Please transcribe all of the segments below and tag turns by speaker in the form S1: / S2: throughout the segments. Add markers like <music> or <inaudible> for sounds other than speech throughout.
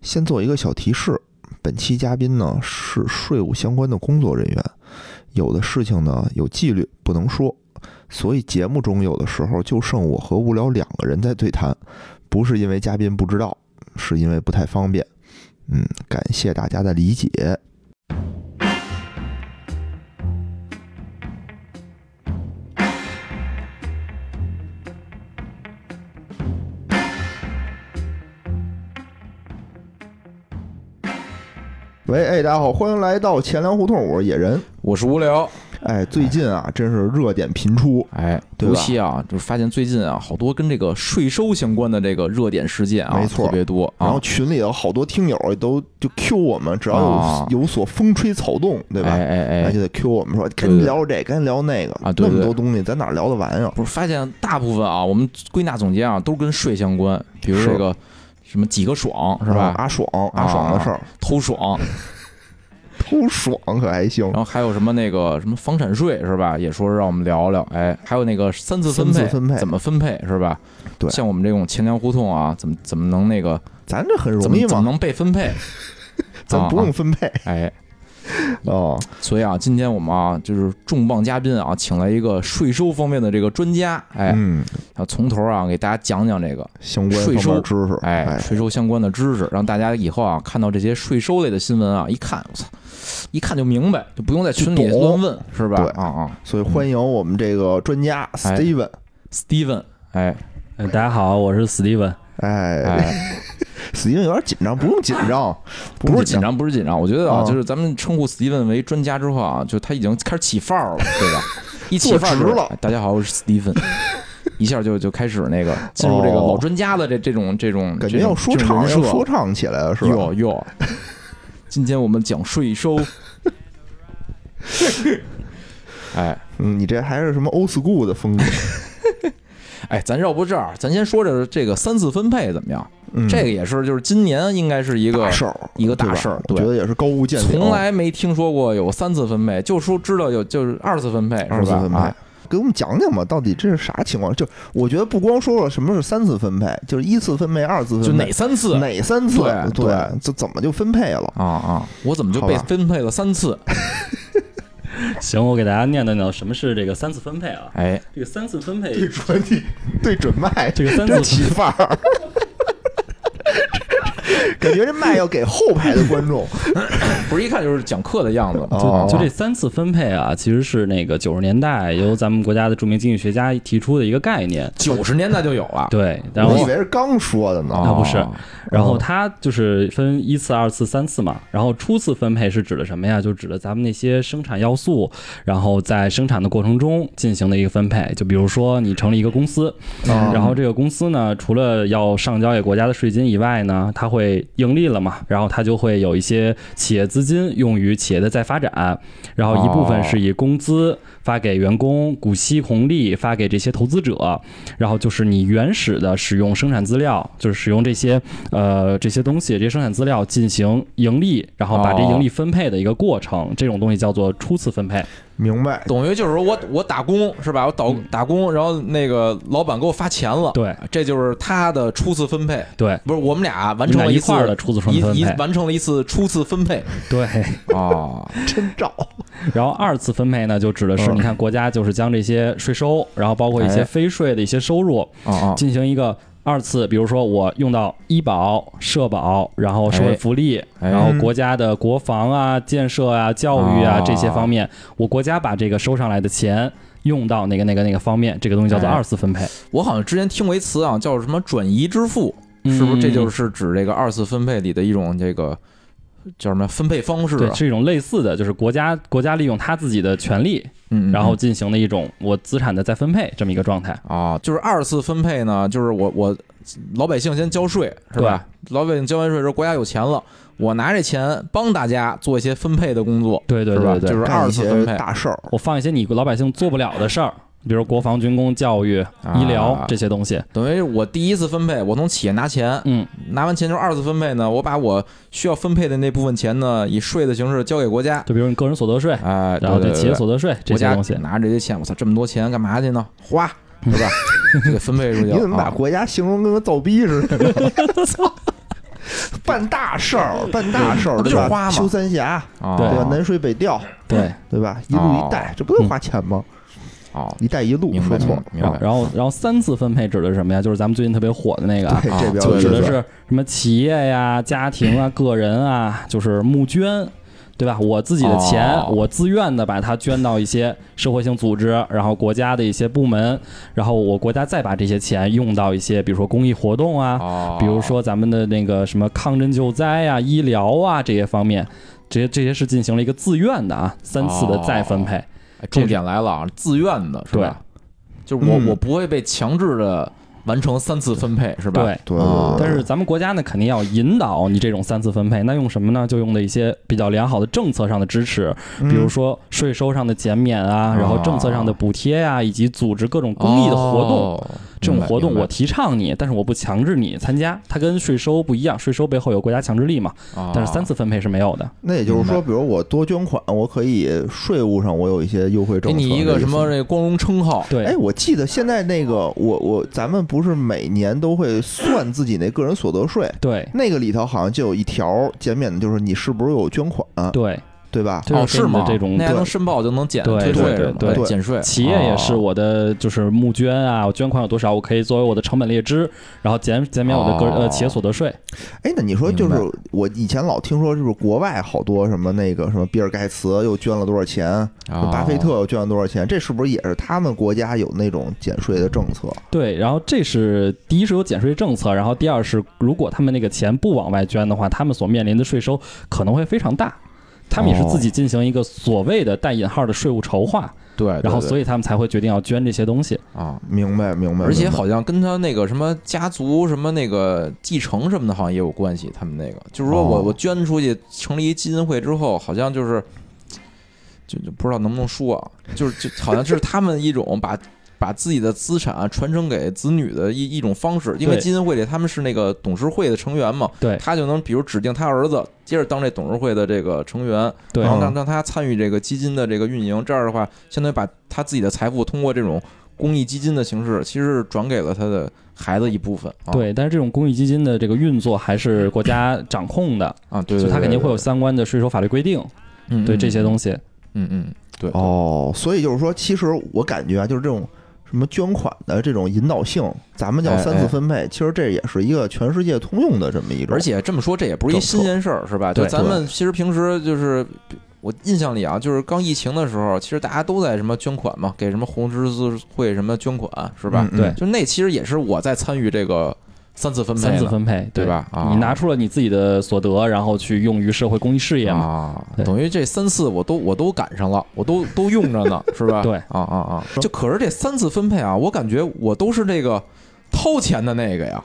S1: 先做一个小提示，本期嘉宾呢是税务相关的工作人员，有的事情呢有纪律不能说，所以节目中有的时候就剩我和无聊两个人在对谈，不是因为嘉宾不知道，是因为不太方便。嗯，感谢大家的理解。喂，哎，大家好，欢迎来到钱粮胡同，我是野人。
S2: 我是无聊，
S1: 哎，最近啊，真是热点频出，
S2: 哎，
S1: 对
S2: 尤
S1: 吧
S2: 其啊，就是发现最近啊，好多跟这个税收相关的这个热点事件啊，
S1: 没错
S2: 特别多啊。
S1: 然后群里有好多听友都就 Q 我们，只要有、
S2: 啊
S1: 有所风吹草动，对吧？
S2: 哎哎
S1: 那
S2: 哎，
S1: 就得 Q 我们说，赶
S2: 对
S1: 紧
S2: 对
S1: 聊这，赶紧聊那个
S2: 啊对对
S1: 那么
S2: 对
S1: 多东西，咱哪聊得完啊呀？
S2: 哎不是发现大部分啊，我们归纳总结啊，都跟税相关，比如
S1: 是
S2: 这个什么几个爽是
S1: 啊
S2: 吧？啊
S1: 阿爽，阿爽的事儿， <laughs>
S2: 偷爽，
S1: 偷爽可还行
S2: 然。后还有什么那个什么房产税是吧？也说是让我们聊聊，哎，还有那个三次分
S1: 三
S2: 配
S1: 次分配
S2: 怎么分配是吧？
S1: 对
S2: 像我们这种钱粮胡同啊，怎么怎么能那个
S1: 咱这很
S2: 怎
S1: 容
S2: 么
S1: 易
S2: 怎么
S1: 嘛，
S2: 能被分配？
S1: 咱不
S2: 啊
S1: 用分配
S2: 哎，
S1: 哦。
S2: 所以啊，今天我们啊，就是重磅嘉宾啊，请来一个税收方面的这个专家，哎，
S1: 嗯，
S2: 要从头啊给大家讲讲这个，
S1: 相关方
S2: 税收
S1: 面知识，
S2: 哎，税收相关的知识，让大家以后啊看到这些税收类的新闻啊，一看，我操，一看就明白，就不用在群里
S1: 就懂
S2: 乱问，是吧
S1: 对？
S2: 啊啊
S1: 所以欢迎我们这个专家
S2: 哎
S1: Steven，
S2: ，Steven，哎
S3: 呃，大家好，我是 Steven。
S1: 哎
S2: 哎，
S1: <laughs> ，Steven 有点紧张，不用紧张，
S2: 不
S1: 用
S2: 是紧张，不是紧张，我觉得
S1: 啊
S2: 啊，就是咱们称呼 Steven 为专家之后啊，就他已经开始起
S1: <laughs>
S2: 范儿了，对吧？一起范儿就是
S1: 坐直了
S2: 哎大家好，我是 Steven。一 <laughs> 下就就开始那个进入这个
S1: 哦
S2: 老专家的这这种这种
S1: 感
S2: 这
S1: 觉
S2: 种
S1: 要说
S2: 这种
S1: 唱，
S2: 人设
S1: 要说唱起来了，是吧？
S2: 哟哟，今天我们讲
S1: <laughs>
S2: 税收。哎
S1: 嗯，你这还是什么 old school 的风格？
S2: 哎，咱绕不这儿，咱先说这这个三次分配怎么样？
S1: 嗯、
S2: 这个也是，就是今年应该是一个
S1: 大事儿，
S2: 一个大
S1: 对吧
S2: 事儿，
S1: 我觉
S2: 对。
S1: 得也是高屋建瓴，啊
S2: 从来没听说过有三次分配，就说知道有就是二次分配是吧？
S1: 二次分配。
S2: 啊
S1: 给我们讲讲吧，到底这是啥情况？就我觉得不光说了什么是三次分配，就是一次分配、二次
S3: 嗯
S2: 就
S1: 分
S2: 哪
S1: 配，
S2: 三次？
S1: 哪三次？
S2: 对
S1: 对，
S2: 对
S1: 就怎么就分配 <laughs> 了？
S2: 啊啊！我怎么就
S1: 好
S2: 被
S1: 吧
S2: 分配了三
S3: <laughs>
S2: 次？
S3: 行，我给大家念叨念叨什么是这个三次分配啊？
S2: 哎，
S3: 这个三次分配，
S1: 准你对准麦，
S3: 这个三
S1: 真
S3: 次
S1: 起范儿。 <laughs> 感觉这麦要给后排的观众
S2: 不是一看就是讲课的样子吗？
S1: 哦
S3: 就就这三次分配啊，其实是那个九十年代由咱们国家的著名经济学家提出的一个概念。
S2: 九十年代就有了，
S3: 对，然
S1: 我以
S3: 后
S1: 为是刚说的呢。
S2: 啊
S3: 啊不是，然
S1: 哦
S3: 后它就是分一次、二次、三次嘛。然后初次分配是指的什么呀？就指的咱们那些生产要素，然后在生产的过程中进行的一个分配。就比如说你成立一个公司，
S1: 啊
S3: 然后这个公司呢，除了要上交给国家的税金以外呢，它会盈利了嘛，然后它就会有一些企业资金用于企业的再发展，然后一部
S1: 哦
S3: 分是以工资发给员工、股息红利发给这些投资者，然后就是你原始的使用生产资料，就是使用这些呃这些东西这些生产资料进行盈利，然后把这
S2: 哦
S3: 盈利分配的一个过程，这种东西叫做初次分配。
S1: 明白，
S2: 等于就是说我我打工是吧？我打打工，然后那个老板给我发钱了，
S3: 嗯对
S2: 这就是他的初次分配，
S3: 对
S2: 不是我们俩完成
S3: 我
S2: 了
S3: 们俩一
S2: 次
S3: 块儿的初次分配
S2: 一一完成了一次初次分
S3: <laughs>
S2: 配
S3: 对。
S2: 啊，
S1: 真照。
S3: 然后二次分配呢，就指的是
S1: 嗯
S3: 你看国家就是将这些税收，然后包括一些
S2: 哎
S3: 非税的一些收入
S2: 啊啊
S3: 进行一个二次，比如说我用到医保、社保，然后社会福利，
S2: 哎
S3: 然后国家的国防啊、建设啊、教育啊
S2: 啊
S3: 这些方面，我国家把这个收上来的钱用到那个那个那个方面，这个东西叫做
S2: 哎
S3: 二次分配。
S2: 我好像之前听过一词啊，叫什么转移支付，是不是？
S3: 嗯
S2: 这就是指这个二次分配里的一种这个叫什么分配方式、
S3: 对，
S2: 啊？
S3: 是一种类似的，就是国家国家利用他自己的权利，
S2: 嗯，嗯
S3: 然后
S2: 嗯
S3: 进行的一种我资产的再分配这么一个状态。
S2: 啊，就是二次分配呢，就是我我老百姓先交税是吧？老百姓交完税之后，国家有钱了，我拿这钱帮大家做一些分配的工作，
S3: 对对
S2: 是吧？
S3: 对对，
S2: 就是
S1: 干
S2: 二
S1: 一
S2: 次
S1: 些
S2: 分配。
S1: 大事儿，
S3: 我放一些你老百姓做不了的事儿，比如国防、军工、教育、
S2: 啊
S3: 医疗这些东西。
S2: 等于我第一次分配，我从企业拿钱，
S3: 嗯，
S2: 拿完钱就是二次分配呢，我把我需要分配的那部分钱呢，以税的形式交给国家，
S3: 就比如你个人所得税，
S2: 哎，
S3: 然后
S2: 对
S3: 这
S2: 对
S3: 企业
S2: 对
S3: 所得税这
S2: 国
S3: 些
S2: 家
S3: 东西。
S2: 拿着这些钱，我操，这么多钱干嘛去呢？花，
S3: <laughs>
S2: 对吧？就给分配出去了。
S1: 你怎么把
S2: 啊
S1: 国家形容跟个造逼似的？办大事儿，办大事儿，
S2: 那不
S1: 对
S2: 就是
S1: 吧
S2: 花吗
S1: 修三峡，
S2: 啊
S1: 对吧？
S2: 哦
S1: 南水北调，
S2: 嗯
S3: 对，
S1: 对吧？一路一带，这不就花钱吗？
S2: 哦，
S1: 一带一路，
S2: 嗯明
S1: 说
S2: 白
S1: 错了，
S2: 明白。
S3: 然后然后三次分配指的是什么呀？就是咱们最近特别火的那个啊，
S1: 对，
S2: 啊
S1: 这边
S2: 就
S1: 有
S3: 指
S1: 意
S3: 的
S1: 思
S3: 是什么企业呀、家庭啊、个人啊，就是募捐，对吧？我自己的钱，
S2: 哦
S3: 我自愿的把它捐到一些社会性组织，然后国家的一些部门，然后我国家再把这些钱用到一些，比如说公益活动啊，
S2: 哦，
S3: 比如说咱们的那个什么抗震救灾啊、医疗啊这些方面，这些这些是进行了一个自愿的啊，三次的再分配。
S2: 哎重点来了啊，自愿的是吧？就是我
S1: 嗯
S2: 我不会被强制的完成三次分配是吧？
S3: 对，
S1: 对
S2: 哦，
S1: 对
S3: 但
S1: 对
S3: 是咱们国家呢，肯定要引导你这种三次分配，那用什么呢？就用的一些比较良好的政策上的支持，
S1: 嗯
S3: 比如说税收上的减免
S2: 哦
S3: 啊，然后政策上的补贴呀、以及组织各种公益的活动。
S2: 哦
S3: 这种活动
S2: 明白
S3: 我提倡你，但是我不强制你参加，它跟税收不一样，税收背后有国家强制力嘛。
S2: 明白啊
S3: 但是三次分配是没有的。
S1: 那也就是
S2: 明
S1: 说，
S2: 白
S1: 比如我多捐款，我可以税务上我有一些优惠
S2: 给
S1: 政策。
S2: 你一个
S1: 这
S2: 什
S1: 思
S2: 么这光荣称号，
S3: 对，
S1: 哎，我记得现在那个我我咱们不是每年都会算自己那个人所得税，
S3: 对
S1: 那个里头好像就有一条减免的，就是你是不是有捐款，
S3: 对，
S1: 对吧？
S3: 就是
S2: 哦是吗？
S3: 这种
S2: 那还
S1: 对
S2: 能申报就能减
S3: 对
S2: 退
S3: 对
S2: 税
S3: 对
S2: 是吗
S3: 对
S1: 对
S2: 减税。哦
S3: 企业也是我的，就是募捐啊，我捐款有多少，我可以作为我的成本列支，然后减减免我的个人
S2: 哦
S3: 呃企业所得税。
S1: 哎，那你说就
S2: 明
S1: 是我以前老听说，就是国外好多什么那个什么比尔盖茨又捐了多少钱，
S2: 哦
S1: 巴菲特又捐了多少钱，这是不是也是他们国家有那种减税的政策？
S3: 对，然后这是第一是有减税政策，然后第二是如果他们那个钱不往外捐的话，他们所面临的税收可能会非常大。他们也是自己进行一个所谓的带引号的税务筹划，
S2: 对，对
S3: 然后
S2: 对
S3: 所以他们才会决定要捐这些东西。
S2: 啊，
S1: 明白，明白。
S2: 而且
S1: 明白
S2: 好像跟他那个什么家族什么那个继承什么的，好像也有关系。他们那个就是说我
S1: 哦
S2: 我捐出去成立一基金会之后，好像就是就就不知道能不能说啊，就是就好像就是他们一种把。 <laughs> 把自己的资产传承给子女的一一种方式，因为
S3: 对
S2: 基金会里他们是那个董事会的成员嘛，
S3: 对
S2: 他就能比如指定他儿子接着当这董事会的这个成员，
S3: 对
S2: 然
S1: 嗯
S2: 后让让他参与这个基金的这个运营，这样的话，相当于把他自己的财富通过这种公益基金的形式，其实是转给了他的孩子一部分。啊、
S3: 对，但是这种公益基金的这个运作还是国家掌控的，
S2: 啊，对
S3: 所
S2: 对
S3: 以它肯定会有
S2: 对
S3: 相关的税收法律规定，
S2: 嗯
S3: 对这些东
S2: 西，
S3: 西。
S2: 嗯嗯，对，对，
S1: 哦，所以就是说，其实我感觉啊，就是这种什么捐款的这种引导性，咱们叫
S2: 哎
S1: 三
S2: 哎
S1: 次分配，其实这也是一个全世界通用的这么一种。
S2: 而且这么说，这也不是一
S1: 政策
S2: 新鲜事儿，是吧？就
S3: 对
S2: 咱们其实平时就是。我印象里啊，就是刚疫情的时候，其实大家都在什么捐款嘛，给什么红十字会什么捐款，是吧？
S1: 嗯
S3: 对
S2: 就那其实也是我在参与这个三次分配呢，
S3: 三次分配，
S2: 对吧啊
S3: 你拿出了你自己的所得，然后去用于社会公益事业嘛。
S2: 啊，
S3: 对
S2: 等于这三次我都我都赶上了，我都都用着呢，是吧？
S3: <laughs> 对
S2: 啊啊啊！就可是这三次分配啊，我感觉我都是这个掏钱的那个呀，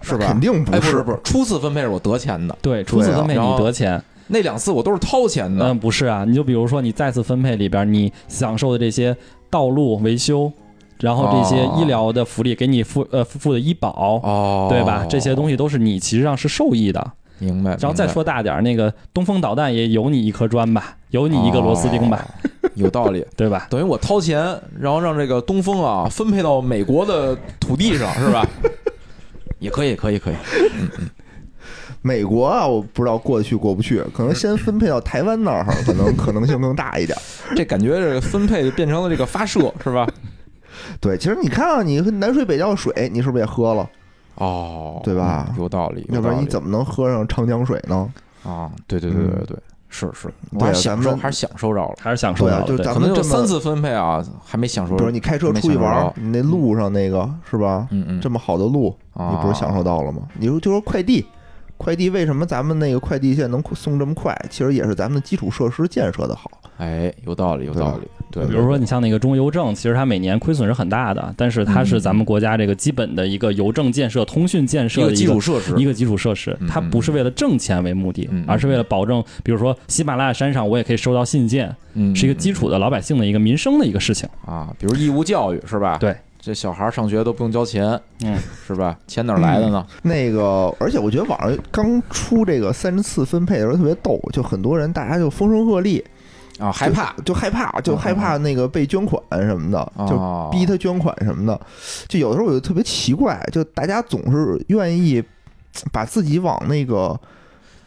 S2: 是吧？
S1: 肯定不
S2: 哎，不
S1: 是，
S2: 不是，初次分配是我得钱的，
S3: 对，初次
S1: 对啊
S3: 分配
S2: 然
S3: 你
S2: 后
S3: 得钱，
S2: 那两次我都是掏钱的。
S3: 嗯，不是啊，你就比如说你再次分配里边，你享受的这些道路维修，然后这些
S2: 哦
S3: 医疗的福利，给你付呃付付的医保，
S2: 哦，
S3: 对吧？这些东西都是你其实上是受益的。
S2: 明白。
S3: 然后再
S2: 明白
S3: 说大点儿，那个东风导弹也有你一颗砖吧，有你一个螺丝钉吧，
S2: 哦有道理。
S3: 对吧？
S2: 等于我掏钱，然后让这个东风啊分配到美国的土地上，是吧？ <laughs> 也可以，可以，可以。
S1: 美国啊，我不知道过得去过不去，可能先分配到台湾那儿，可能可能性更大一点。
S2: 这感觉这个分配就变成了这个发射，是吧？
S1: 对，其实你看啊，你南水北调水，你是不是也喝了？
S2: 哦，
S1: 对吧
S2: 嗯有道理，
S1: 要不然你
S2: 么
S1: 怎么能喝上长江水呢？
S2: 啊？对对对对
S1: 嗯
S2: 对，是是，
S1: 对啊
S2: 我还是
S1: 咱
S2: 享
S1: 们
S2: 受，还是享受着了。
S3: 还是享受
S1: 对啊
S3: 到
S1: 就是
S3: 的。对
S1: 咱
S2: 可
S1: 们
S2: 能就
S1: 这么
S2: 三次分配啊，还没享受
S1: 比
S2: 着
S1: 如。你开车出去玩
S2: 没想
S1: 儿
S2: 着，
S1: 你那路上那个是吧？
S2: 嗯嗯，
S1: 这么好的路，
S2: 啊
S1: 你不是享受到了吗？你说就说快递，快递为什么咱们那个快递现在能送这么快？其实也是咱们的基础设施建设的好。
S2: 哎，有道理，有
S1: 对吧
S2: 道理。对，
S3: 比如说你像那个中邮政，其实它每年亏损是很大的，但是它
S1: 嗯
S3: 是咱们国家这个基本的一个邮政建设、通讯建
S2: 一
S3: 设
S2: 个
S3: 的
S2: 基
S3: 一个
S2: 础设施，
S3: 一个基础设施
S2: 嗯，
S3: 它不是为了挣钱为目的
S2: 嗯嗯，
S3: 而是为了保证，比如说喜马拉雅山上我也可以收到信件，
S2: 嗯
S3: 是一个基础的老百姓的一个民生的一个事情。
S2: 啊，比如义务教育是吧？
S3: 对，
S2: 这小孩上学都不用交钱，
S3: 嗯，
S2: 是吧？钱哪儿来的呢？
S1: 那个，而且我觉得网上刚出这个三十次分配的时候特别逗，就很多人大家就风声鹤唳，
S2: 啊，害怕嗯
S1: 就害怕，就害怕那个被捐款什么的，就
S2: 啊，
S1: 逼他捐款什么的。就有的时候我就特别奇怪，就大家总是愿意把自己往那个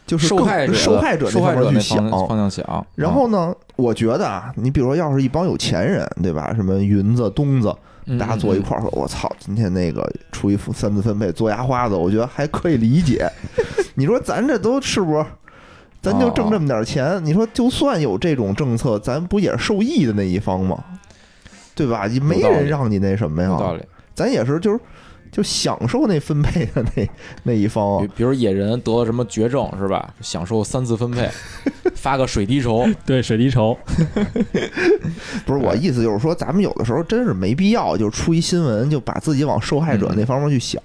S1: 就是
S2: 受
S1: 更
S2: 害者
S1: 受害者
S2: 受害
S1: 那
S2: 者
S1: 方
S2: 那
S1: 面去想
S2: 方。方嗯向想，啊
S1: 然后呢，我觉得啊，你比如说，要是一帮有钱人，对吧？什么云子、东子，
S2: 嗯
S1: 大家坐一块儿说：“我操，今天那个出一副三次分配做牙花子，我觉得还可以理
S2: <laughs>
S1: 解。你说咱这都是不是？咱就
S2: 哦
S1: 挣这么点钱，你说就算有这种政策，咱不也是受益的那一方吗？对吧？也没
S2: 有道理
S1: 人让你那什么
S2: 嗯有道
S1: 呀，
S2: 理。
S1: 咱也是就是就享受那分配的那那一方啊
S2: 比。比如野人得了什么绝症是吧？享受三次分
S1: <laughs>
S2: 配，发个水滴筹，
S3: <laughs> 对水滴筹，
S1: 不是
S2: 哎
S1: 我意思，就是说咱们有的时候真是没必要，就出一新闻就把自己往受害
S2: 嗯
S1: 者那方面去想。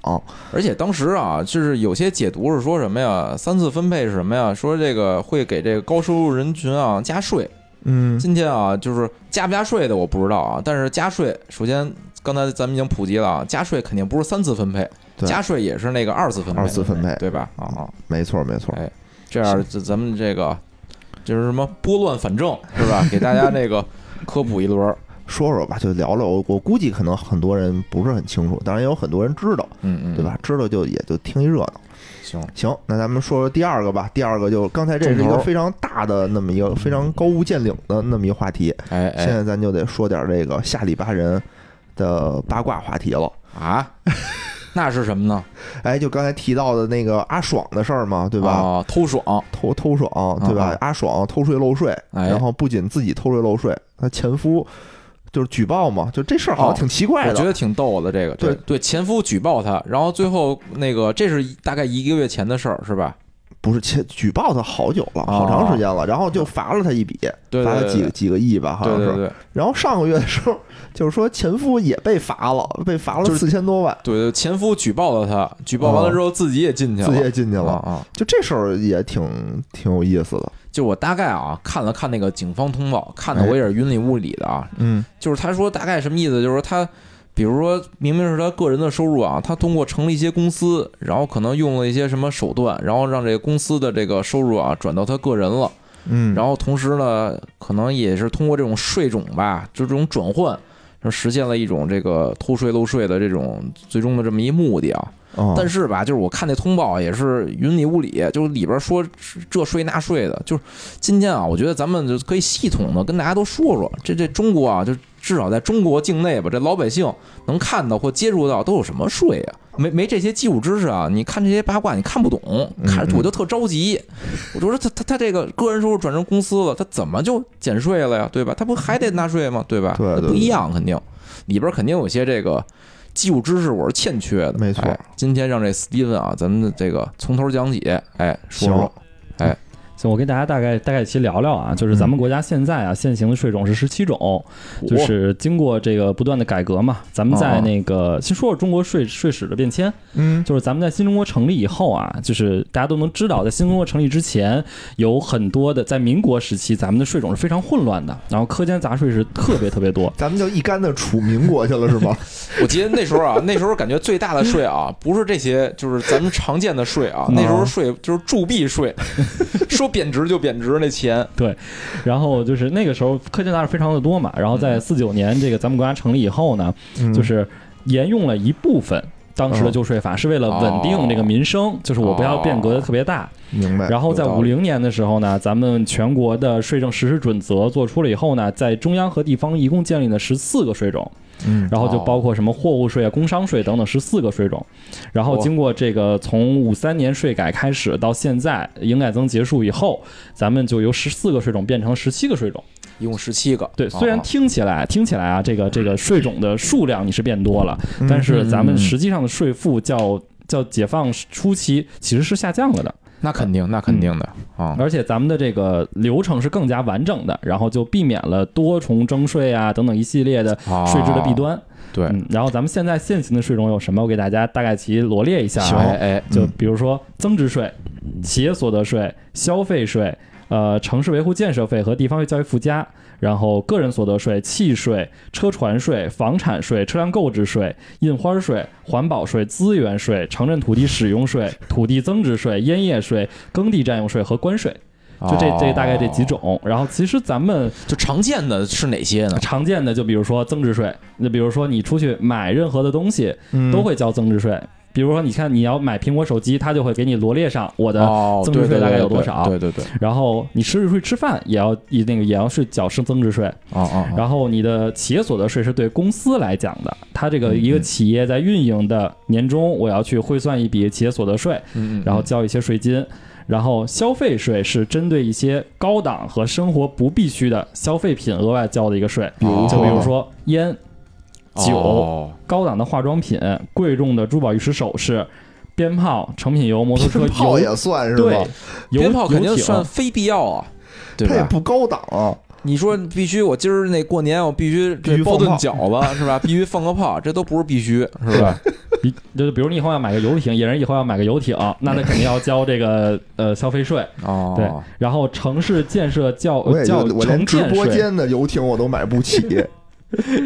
S2: 而且当时啊，就是有些解读是说什么呀？三次分配是什么呀？说这个会给这个高收入人群啊加税。
S1: 嗯
S2: 今天啊，就是加不加税的我不知道啊，但是加税，首先刚才咱们已经普及了啊，加税肯定不是三次分配，
S1: 对
S2: 加税也是那个二次分配，
S1: 二次分配嗯
S2: 对吧？啊啊，
S1: 没错没错。
S2: 哎，这样咱咱们这个就是什么拨乱反正是吧？给大家这个科普一轮儿，
S1: 说说吧，就聊聊。我我估计可能很多人不是很清楚，当然也有很多人知道，
S2: 嗯嗯，
S1: 对吧？？知道就也就听一热闹。
S2: 行，
S1: 行，那咱们说说第二个吧。第二个就刚才这是一
S2: 重
S1: 个
S2: 头
S1: 非常大的那么一个非常高屋建瓴的那么一个话题，
S2: 哎
S1: 现
S2: 哎
S1: 在咱就得说点这个下里巴人的八卦话题了。
S2: 啊， <laughs> 那是什么呢？
S1: 哎，就刚才提到的那个阿爽的事儿嘛，对吧？
S2: 啊，偷爽，
S1: 偷偷爽，对吧？
S2: 啊
S1: 阿爽偷税漏税，
S2: 哎
S1: 然后不仅自己偷税漏税，他前夫就是举报嘛，就这事儿
S2: 哦
S1: 好像挺奇怪
S2: 我
S1: 的。
S2: 觉得挺逗的。这个
S1: 对
S2: 对，前夫举报他，然后最后那个这是大概一个月前的事儿，是吧？
S1: 不是，前举报他好久了，好长时间了，然后就罚了他一笔，
S2: 啊对
S1: 罚了
S2: 对
S1: 几
S2: 对
S1: 个几个亿吧，好
S2: 对
S1: 像是。
S2: 对对
S1: 然后上个月的时候，就是说前夫也被罚了，被罚了
S2: 就是
S1: 四千多万，
S2: 对对，前夫举报了他，举报完了之后自己也进去了，
S1: 自己也进去了。
S2: 啊啊！
S1: 就这事儿也挺挺有意思的。
S2: 就我大概啊看了看那个警方通报，看的
S1: 哎
S2: 我也是云里雾里的啊。
S1: 嗯
S2: 就是他说大概什么意思？就是说他，比如说明明是他个人的收入啊，他通过成立一些公司，然后可能用了一些什么手段，然后让这个公司的这个收入啊转到他个人了。
S1: 嗯，
S2: 然后同时呢，可能也是通过这种税种吧，就这种转换，就实现了一种这个偷税漏税的这种最终的这么一目的啊。
S1: 哦
S2: 但是吧，就是我看那通报也是云里雾里，就是里边说这税那税的。就是今天啊，我觉得咱们就可以系统的跟大家都说说，这这中国啊，就至少在中国境内吧，这老百姓能看到或接触到都有什么税啊？没没这些基础知识啊，你看这些八卦你看不懂，看着我就特着急。我就说他他他这个个人收入转成公司了，他怎么就减税了呀？对吧？他不还得纳税吗？对吧？
S1: 对对对
S2: 不一样，肯定里边肯定有些这个。技术知识我是欠缺的，
S1: 没错
S2: 哎今天让这 Steven 啊，咱们这个从头讲起，哎，说
S1: 行
S2: 说，
S3: 所以我跟大家大概大概先聊聊啊，就是咱
S2: 嗯
S3: 们国家现在啊现行的税种是十七种，就是经过这个不断的改革嘛，咱们
S2: 哦
S3: 在那个先说说中国税税史的变迁，
S1: 嗯
S3: 就是咱们在新中国成立以后啊，就是大家都能知道，在新中国成立之前，有很多的在民国时期，咱们的税种是非常混乱的，然后苛捐杂税是特别特别多。
S1: 咱们就一竿子杵民国去了
S2: <laughs>
S1: 是吗？
S2: 我记得那时候啊， <laughs> 那时候感觉最大的税
S3: <laughs>
S2: 啊，不是这些，就是咱们常见的税啊。
S3: 嗯
S2: 那时候税就是铸币
S3: <laughs>
S2: 税，说贬值就贬值那钱。
S3: 然后就是那个时候苛捐杂税非常的多嘛，然后
S2: 嗯
S3: 在四九年这个咱们国家成立以后呢，就是沿用了一部分。当
S2: 嗯
S3: 时的旧税法是为了稳
S2: 哦
S3: 定这个民生，就是我不要变革的特别大。
S1: 嗯明白。
S3: 然后在
S2: 哎有道
S3: 五
S2: 理
S3: 零年的时候呢，咱们全国的税政实施准则做出了以后呢，在中央和地方一共建立了十四个税种，
S1: 嗯
S3: 然后
S2: 哦
S3: 就包括什么货物税啊、工商税等等十四个税种。然后经过这个从五三年税改开始到现在营改增结束以后，咱们就由十四个税种变成十七个税种。
S2: 一共十七个。
S3: 对，虽然
S2: 啊
S3: 听起来听起来啊，这个这个税种的数量你是变多了，
S1: 嗯
S3: 但是咱们实际上的税负较较解放初期其实是下降了的，
S2: 那肯定，那肯定的啊。
S3: 而且咱们的这个流程是更加完整的，然后就避免了多重征税啊等等一系列的
S2: 啊
S3: 税制的弊端。
S2: 对，
S3: 嗯，然后咱们现在现行的税种有什么？我给大家大概其罗列一下
S1: 行
S3: 啊，
S2: 哎哎，
S3: 就比如说增值税、企业所得税、消费税、呃城市维护建设费和地方教育附加，然后个人所得税、契税、车船税、房产税、车辆购置税、印花税、环保税、资源税、城镇土地使用税、土地增值税、烟叶税、耕地占用税和关税，就这这大概这几
S2: 哦，
S3: 种。然后其实咱们
S2: 啊就常见的是哪些呢？
S3: 常见的就比如说增值税，那比如说你出去买任何的东西
S1: 嗯
S3: 都会交增值税。比如说，你看你要买苹果手机，它就会给你罗列上我的
S2: 哦，
S3: 增值
S2: 对
S3: 税
S2: 对
S3: 大概
S2: 对
S3: 有多
S2: 对
S3: 少
S2: 对对对，
S3: 然后你吃税吃饭也要也那个也要是缴是增值税，
S2: 哦哦，
S3: 然后你的企业所得税是对公司来讲的，它这个
S2: 嗯
S3: 一个企业在运营的年终，我要去汇算一笔企业所得税，
S2: 嗯嗯，
S3: 然后交一些税金。然后消费税是针对一些高档和生活不必须的消费品额外交的一个税，
S1: 比如
S3: 就比如
S1: 哦
S3: 说烟、酒
S2: 嗯哦
S3: 高档的化妆品、贵重的珠宝玉石首饰、鞭炮、成品油、摩托车
S1: 鞭 <laughs> 炮
S3: 油
S1: 也，算是吧
S3: 对？，油
S2: 鞭炮肯定
S3: 游艇
S2: 算非必要啊，对
S1: 它也
S2: 吧？
S1: 不高档啊、
S2: 你说必须，我今儿那过年我必须
S1: 必须
S2: 这包
S1: 放
S2: 顿
S1: 炮
S2: 饺
S1: <laughs>
S2: 子是吧？必须放个炮，这都不是必须，是吧？
S3: 比就是比如你以后要买个游艇，野人以后要买个游艇，那他肯定要交这个呃消费税。
S2: 哦，
S3: 对，然后城市建设教
S1: 我也就
S3: 教
S1: 我连
S3: 城
S1: 直
S3: 建
S1: 播
S3: 税，
S1: 间的游艇我都买不起，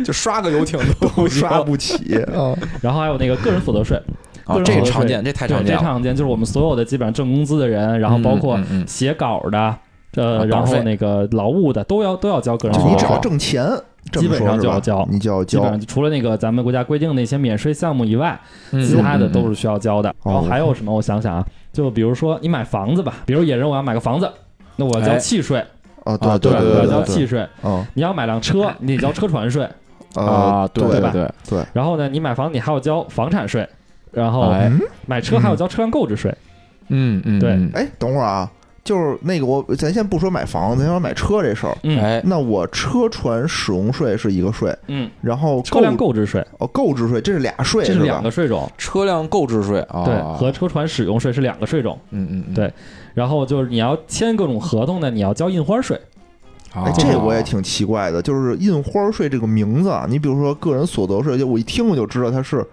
S2: 就刷个游艇 <laughs> 都
S1: 我
S2: <laughs> 不
S1: <laughs>
S2: 行
S1: 刷不起啊。
S3: 然后还有那个个人所得税，
S2: 啊，
S3: 个人所
S2: 这
S3: 得
S2: 个
S3: 税
S2: 常见，这太
S3: 对
S2: 常
S3: 这
S2: 见了。
S3: 常见，就是我们所有的基本上挣工资的人，然后包括
S2: 嗯嗯嗯
S3: 写稿的。
S2: 啊
S3: 呃，
S2: 稿
S3: 然后
S2: 费
S3: 那个劳务的都要都要交个人
S1: 就
S3: 所
S1: 你
S3: 得
S1: 只
S3: 税
S1: 要，挣钱，这么
S3: 基本上
S1: 说是
S3: 就
S1: 吧
S3: 要交
S1: 你就要
S3: 基
S1: 交
S3: 本。上除了那个咱们国家规定那些免税项目以外，
S2: 嗯
S3: 其他的
S2: 嗯
S3: 都是需要交的。
S1: 嗯
S3: 然后还有什么？我想想啊，就比如说你买房子吧，比如野人我要买个房子，那我要交
S2: 哎
S3: 契税，
S1: 啊，
S2: 啊
S1: 对对
S2: 对
S3: 吧我要
S1: 对
S3: 交
S1: 对
S3: 契税。
S1: 啊
S3: 你要买辆车，你得交车船税。
S1: 啊
S2: 对
S3: 对吧
S2: 对，
S3: 然后呢，你买房子你还要交房产税，然后
S2: 哎
S1: 嗯
S3: 买车还要交车辆购置税。
S2: 嗯嗯，
S3: 对
S2: 嗯
S1: 哎，等会儿啊，就是那个我，咱先不说买房，咱先说买车这事儿。
S3: 嗯
S2: 哎，
S1: 那我车船使用税是一个税，
S3: 嗯，
S1: 然后
S3: 车辆
S1: 购
S3: 购置税
S1: 哦购置税这是俩税，
S3: 这
S1: 是
S3: 是
S1: 吧
S3: 两个税种，
S2: 车辆购置税啊，
S3: 对，和车船使用税是两个税种。
S2: 嗯嗯嗯
S3: 对然后就是你要签各种合同呢，你要交印花税。
S2: 啊
S1: 哎，这我也挺奇怪的，就是印花税这个名字啊，你比如说个人所得税，就我一听我就知道它是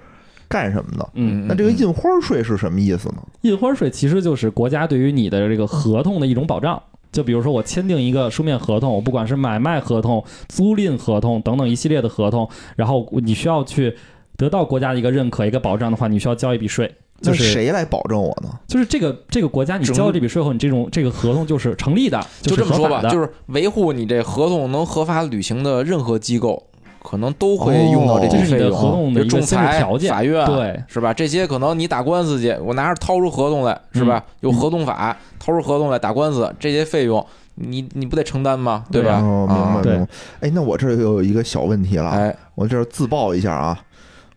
S1: 干什么的。
S3: 嗯，
S1: 那这个印花税是什么意思呢？
S3: 印花税其实就是国家对于你的这个合同的一种保障。就比如说我签订一个书面合同，我不管是买卖合同、租赁合同等等一系列的合同，然后你需要去得到国家的一个认可、一个保障的话，你需要交一笔税。就
S1: 那
S3: 是
S1: 谁来保证我呢？
S3: 就是这个这个国家你
S2: 整
S3: 交了这笔税后，你这种这个合同就是成立的，
S2: 就是这么说
S3: 合
S2: 吧
S3: 法，的
S2: 就是维护你这合同能合法履行的任何机构，可能都会用到这
S1: 哦
S2: 些
S1: 这
S3: 是你
S2: 费
S3: 的
S2: 用，
S3: 合同的
S2: 比
S3: 一
S2: 如
S3: 个
S2: 仲
S3: 限制
S2: 裁、
S3: 条件
S2: 法院，啊
S3: 对，
S2: 是吧？这些可能你打官司去，我拿着掏出合同来，是吧？有合同法，掏出合同来打官司，这些费用你你不得承担吗？对吧？
S1: 哦，明白
S2: 啊
S3: 对
S1: 明白。哎，那我这又有一个小问题了，啊
S2: 哎
S1: 我这儿自曝一下啊，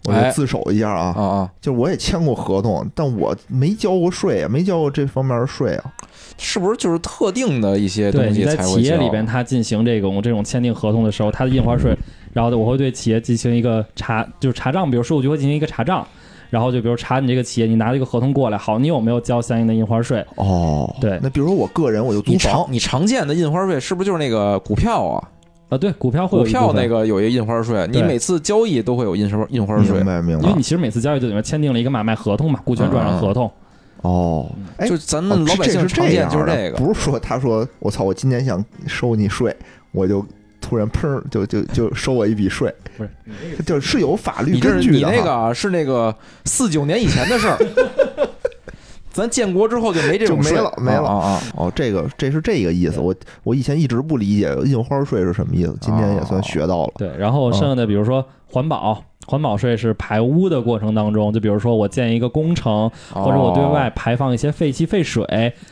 S1: 我
S2: 哎
S1: 就自首一下啊，
S2: 啊啊，
S1: 就是我也签过合同，但我没交过税啊，没交过这方面的税啊。
S2: 是不是就是特定的一些
S3: 对，
S2: 东
S3: 你
S2: 西
S3: 在
S2: 才会
S3: 企业里边，
S2: 交
S3: 它进行这种这种签订合同的时候，它的印花税，然后我会对企业进行一个查，就是查账，比如税务局会进行一个查账，然后就比如查你这个企业，你拿了一个合同过来，好，你有没有交相应的印花税？
S1: 哦
S3: 对
S1: 那比如说我个人我就租
S2: 你
S1: 房
S2: 常，你常见的印花税是不是就是那个股票啊？
S3: 啊，对，股票
S2: 股
S3: 会有一部
S2: 票那
S3: 分，
S2: 个有一个印花税，你
S3: 对
S2: 每次交易都会有印花印花税
S1: 明，白明
S3: 因为
S1: 白。
S3: 你其实每次交易就等于签订了一个买卖合同嘛，股权转让
S2: 嗯
S3: 合同。
S1: 哦，哎
S2: 就咱们嗯老百姓
S1: 哦这
S2: 常
S1: 这
S2: 见
S1: 样
S2: 就是
S1: 的
S2: 这个。
S1: 不是说他说我操，我今年想收你税，我就突然砰儿就就就收我一笔税，
S3: 不是，
S1: 就是有法律
S2: 你这
S1: 根
S2: 是
S1: 据
S2: 你
S1: 的哈。
S2: 那个啊是那个四九年以前的事
S1: <laughs>
S2: 儿，咱建国之后就没这种
S1: 就没
S2: 税
S1: 了没了
S2: 啊啊！啊
S1: 哦，这个这是这个意思，我我以前一直不理解印花税是什么意思，今天也
S3: 哦
S1: 算学到了。
S3: 对，然后
S2: 嗯
S3: 剩下的比如说环保，环保税是排污的过程当中，就比如说我建一个工程，
S2: 哦
S3: 或者我对外排放一些废气废水，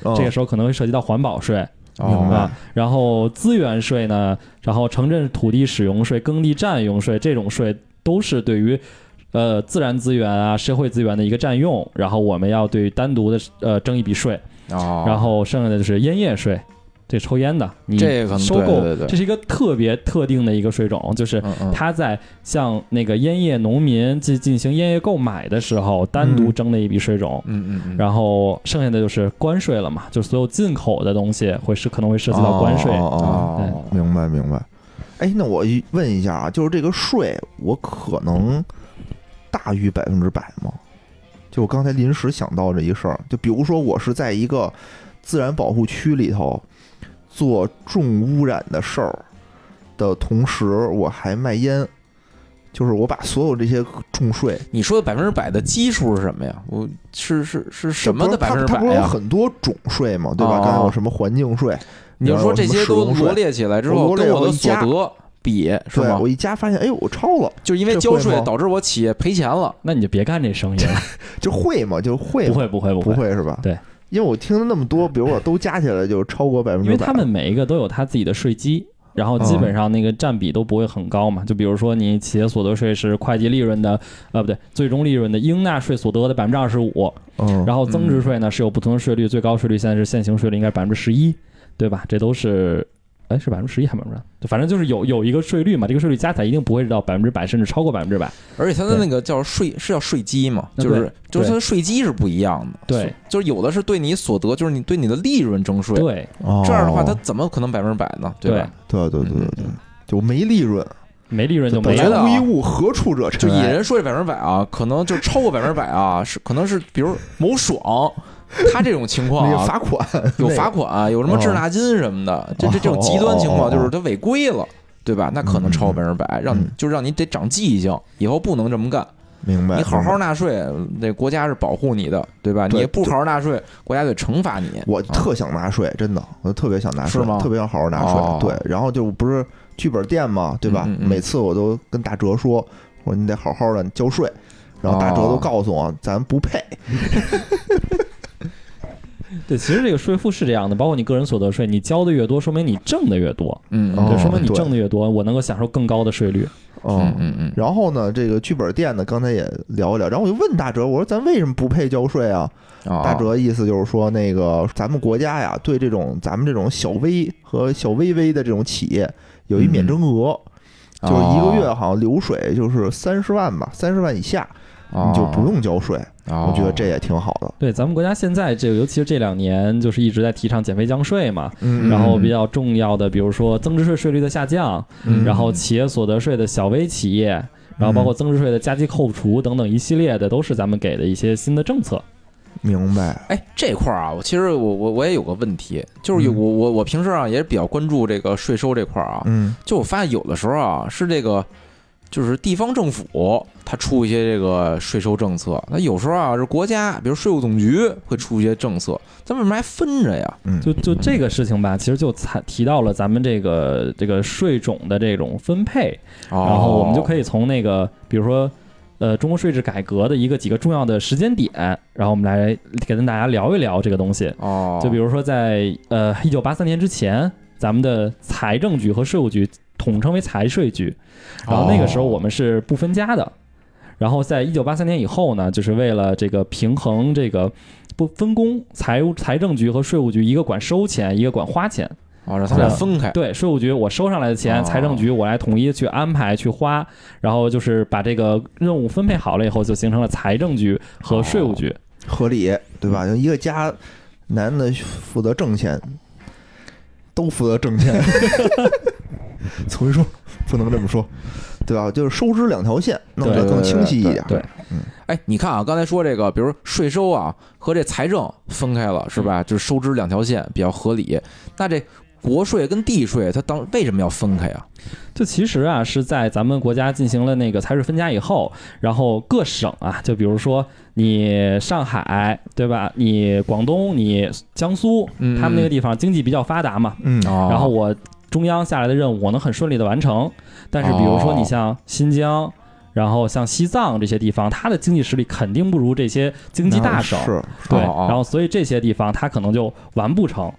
S1: 嗯
S3: 这个时候可能会涉及到环保税。
S2: 哦
S1: 明白
S3: 啊，然后资源税呢，然后城镇土地使用税、耕地占用税这种税，都是对于呃自然资源啊、社会资源的一个占用，然后我们要对单独的呃征一笔税，
S2: 哦，
S3: 然后剩下的就是烟叶税。这抽烟的，你
S2: 这个可能
S3: 收
S2: 对
S3: 购，
S2: 对对对
S3: 这是一个特别特定的一个税种，就是
S2: 嗯嗯
S3: 它在向那个烟叶农民进进行烟叶购买的时候，单独
S1: 嗯
S3: 征的一笔税种。
S2: 嗯嗯嗯，
S3: 然后剩下的就是关税了嘛，就是所有进口的东西会是可能会涉及到关税。啊
S1: 哦哦哦
S2: 哦
S1: 哦，明白明白。哎，那我一问一下啊，就是这个税，我可能大于百分之百吗？就我刚才临时想到这一事儿，就比如说我是在一个自然保护区里头做重污染的事儿的同时，我还卖烟，就是我把所有这些重税
S2: 你说的百分之百的基数是什么呀？我是是是
S1: 这
S2: 什
S1: 不
S2: 么
S1: 是
S2: 的百
S1: 它
S2: 分之
S1: 它
S2: 百
S1: 不是有
S2: 呀？
S1: 很多种税嘛，对吧？
S2: 哦
S1: 刚才有什么环境税，
S2: 你就说这些
S1: 然后
S2: 都
S1: 有什么使用税
S2: 罗列起来之
S1: 我
S2: 后，
S1: 罗列
S2: 跟我
S1: 我
S2: 的
S1: 一
S2: 所
S1: 家
S2: 得比，是
S1: 对
S2: 吗
S1: 我？一加发现，哎呦，我超了，
S2: 就因为
S1: 这
S2: 交
S1: 会
S2: 税
S1: 吗
S2: 导致我企业赔钱了。
S3: 那你就别干这生
S1: <laughs>
S3: 意了，
S1: 就会嘛，就会
S3: 不
S1: 嘛
S3: 会不会不
S1: 不
S3: 会，
S1: 会是吧？
S3: 对，
S1: 因为我听了那么多，比如我都加起来就超过百分
S3: 因
S1: 之
S3: 为
S1: 百，
S3: 他们每一个都有他自己的税基，然后基
S1: 哦
S3: 本上那个占比都不会很高嘛。就比如说你企业所得税是会计利润的，呃不对，最终利润的应纳税所得的百分之二十五，
S1: 嗯，
S3: 然后增值税呢是有不同的税率，最高税率现在是现行税率应该是百分之十一，对吧？这都是。哎，是百分之十一还是百分之？就反正就是有有一个税率嘛，这个税率加起来一定不会到百分之百，甚至超过百分之百。
S2: 而且它的那个叫税是叫税基嘛，
S1: 嗯
S3: 那
S2: 就是
S3: 对
S2: 就是它的税基是不一样的，
S3: 对，
S2: 就是有的是对你所得，就是你对你的利润征税，
S3: 对，
S1: 哦
S2: 这样的话它怎么可能百分之百呢？
S3: 对
S2: 吧？
S1: 对对对对对，就没利润，
S3: 没利润就
S1: 本
S3: 没
S2: 觉
S1: 来
S2: 得
S3: 了。
S2: 啊
S1: 无一物，何处惹
S2: 就
S1: 尘
S2: 引
S1: 埃？
S2: 人说这百分之百啊，可能就超过百分之百啊，是可能是比如某爽，他这种情况
S1: 那个
S2: 啊，
S1: 罚款，那
S2: 有
S1: 个哦
S2: 罚款、啊有什么滞纳金什么的，这这这种极端情况就是他违规了，对吧？那可能超过百分之百，让你
S1: 嗯
S2: 就让你得长记性，以后不能这么干。
S1: 明白？
S2: 你好
S1: 明
S2: 好
S1: 白。
S2: 纳税，那国家是保护你的，对吧？
S1: 嗯对
S2: 你也不好好纳税，国家得惩罚你。
S1: 我
S2: 啊
S1: 特想纳税，真的，我特别想纳税
S2: 是吗，
S1: 特别想好好纳
S2: 哦
S1: 税。对，然后就不是剧本店嘛，对吧
S2: 嗯？嗯嗯
S1: 每次我都跟大哲说，我说你得好好的交税，然后大哲都
S2: 哦
S1: 告诉我咱不配。
S3: 对，其实这个税负是这样的，包括你个人所得税，你交的越多，说明你挣的越多，
S2: 嗯，
S1: 哦
S3: 就说明你
S1: 对
S3: 挣的越多，我能够享受更高的税率。
S2: 嗯嗯嗯，
S1: 然后呢，这个剧本店呢，刚才也聊一聊，然后我就问大哲，我说咱为什么不配交税啊？
S2: 哦
S1: 大哲意思就是说，那个咱们国家呀，对这种咱们这种小微和小微微的这种企业有一免征额，就是一个月
S2: 嗯哦
S1: 好像流水就是三十万吧，三十万以下你就不用交税，
S2: 哦
S1: 我觉得这也挺好的。
S3: 对，咱们国家现在这个，尤其是这两年，就是一直在提倡减肥降税嘛。
S1: 嗯
S3: 然后比较重要的，比如说增值税税率的下降，
S1: 嗯
S3: 然后企业所得税的小微企业，然后包括增值税的加计扣除等等一系列的，都是咱们给的一些新的政策。
S1: 明白，
S2: 哎，这块儿啊，我其实我我我也有个问题，就是有
S1: 嗯
S2: 我我我平时啊也比较关注这个税收这块儿啊，
S1: 嗯
S2: 就我发现有的时候啊是这个。就是地方政府它出一些这个税收政策，那有时候啊是国家，比如税务总局会出一些政策，咱为什么还分着呀？
S1: 嗯，
S3: 就就这个事情吧，其实就才提到了咱们这个这个税种的这种分配。
S2: 哦
S3: 然后我们就
S2: 以
S3: 可以从那个，比如说，呃，中国税制改革的一个几个重要的时间点，然后我们来跟大家聊一聊这个东西。
S2: 哦，
S3: 就比如说在呃一九八三年之前，咱们的财政局和税务局统称为财税局，然后那个时候
S2: 哦
S3: 我们是不分家的。然后在一九八三年以后呢，就是为了这个平衡这个不分工，财务财政局和税务局一个管收钱，一个管花钱。
S2: 哦，让他们俩
S3: 对
S2: 分开。
S3: 对，税务局我收上来的钱，
S2: 哦
S3: 财政局我来统一去安排去花，然后就是把这个任务分配好了以后，就形成了财政局
S2: 哦
S3: 和税务局。
S1: 合理对吧？就一个家，男的负责挣钱，都负责挣钱， <laughs> 重新说，不能这么说，对吧？就是收支两条线，弄得
S3: 对
S1: 更清晰一点。嗯
S3: 对对
S2: 哎，你看啊，刚才说这个，比如税收啊和这财政分开了，是
S3: 嗯
S2: 吧？就是收支两条线比较合理。那这国税跟地税，它当为什么要分开啊？
S3: 就其实啊，是在咱们国家进行了那个财税分家以后，然后各省啊，就比如说你上海对吧？你广东、你江苏，
S2: 嗯
S3: 他们那个地方经济比较发达嘛，
S1: 嗯，
S2: 哦
S3: 然后我中央下来的任务我能很顺利的完成。但是比如
S2: 哦
S3: 说你像新疆，然后像西藏这些地方，它的经济实力肯定不如这些经济大省
S1: 那，是，
S3: 对，
S2: 哦哦
S3: 然后所以这些地方它可能就完不成，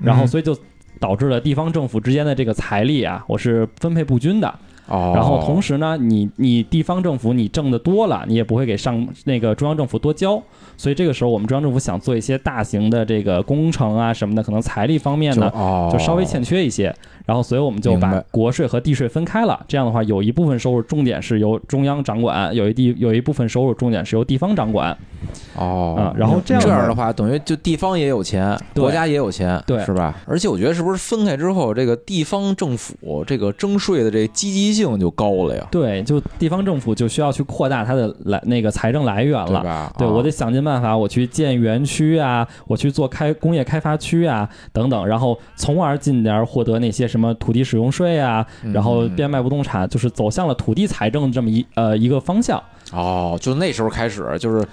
S3: 然后
S1: 嗯
S3: 所以就。导致了地方政府之间的这个财力啊，我是分配不均的。
S2: 哦，
S3: 然后同时呢，你你地方政府你挣的多了，你也不会给上那个中央政府多交。所以这个时候，我们中央政府想做一些大型的这个工程啊什么的，可能财力方面
S2: 就
S3: 呢，
S2: 哦
S3: 就稍微欠缺一些。然后，所以我们就
S2: 明
S3: 把
S2: 白
S3: 国税和地税分开了。这样的话，有一部分收入重点是由中央掌管，有一地有一部分收入重点是由地方掌管
S2: 哦
S3: 啊。然后这样
S2: 这
S3: 的
S2: 样
S3: 话
S2: 的话，等于就地方也有钱，
S3: 对
S2: 国家也有钱，
S3: 对
S2: 是吧？而且我觉得是不是分开之后，这个地方政府这个征税的这积极性就高了呀？
S3: 对，就地方政府就需要去扩大它的来那个财政来源
S2: 对
S3: 了。
S2: 吧？
S3: 对，
S2: 啊
S3: 我得想尽办法，我去建园区啊，我去做开工业开发区啊，等等，然后从而进而获得那些什么土地使用税啊，
S2: 嗯
S3: 然后变卖不动产，就是走向了土地财政这么一呃一个方向。
S2: 哦，就那时候开始就是。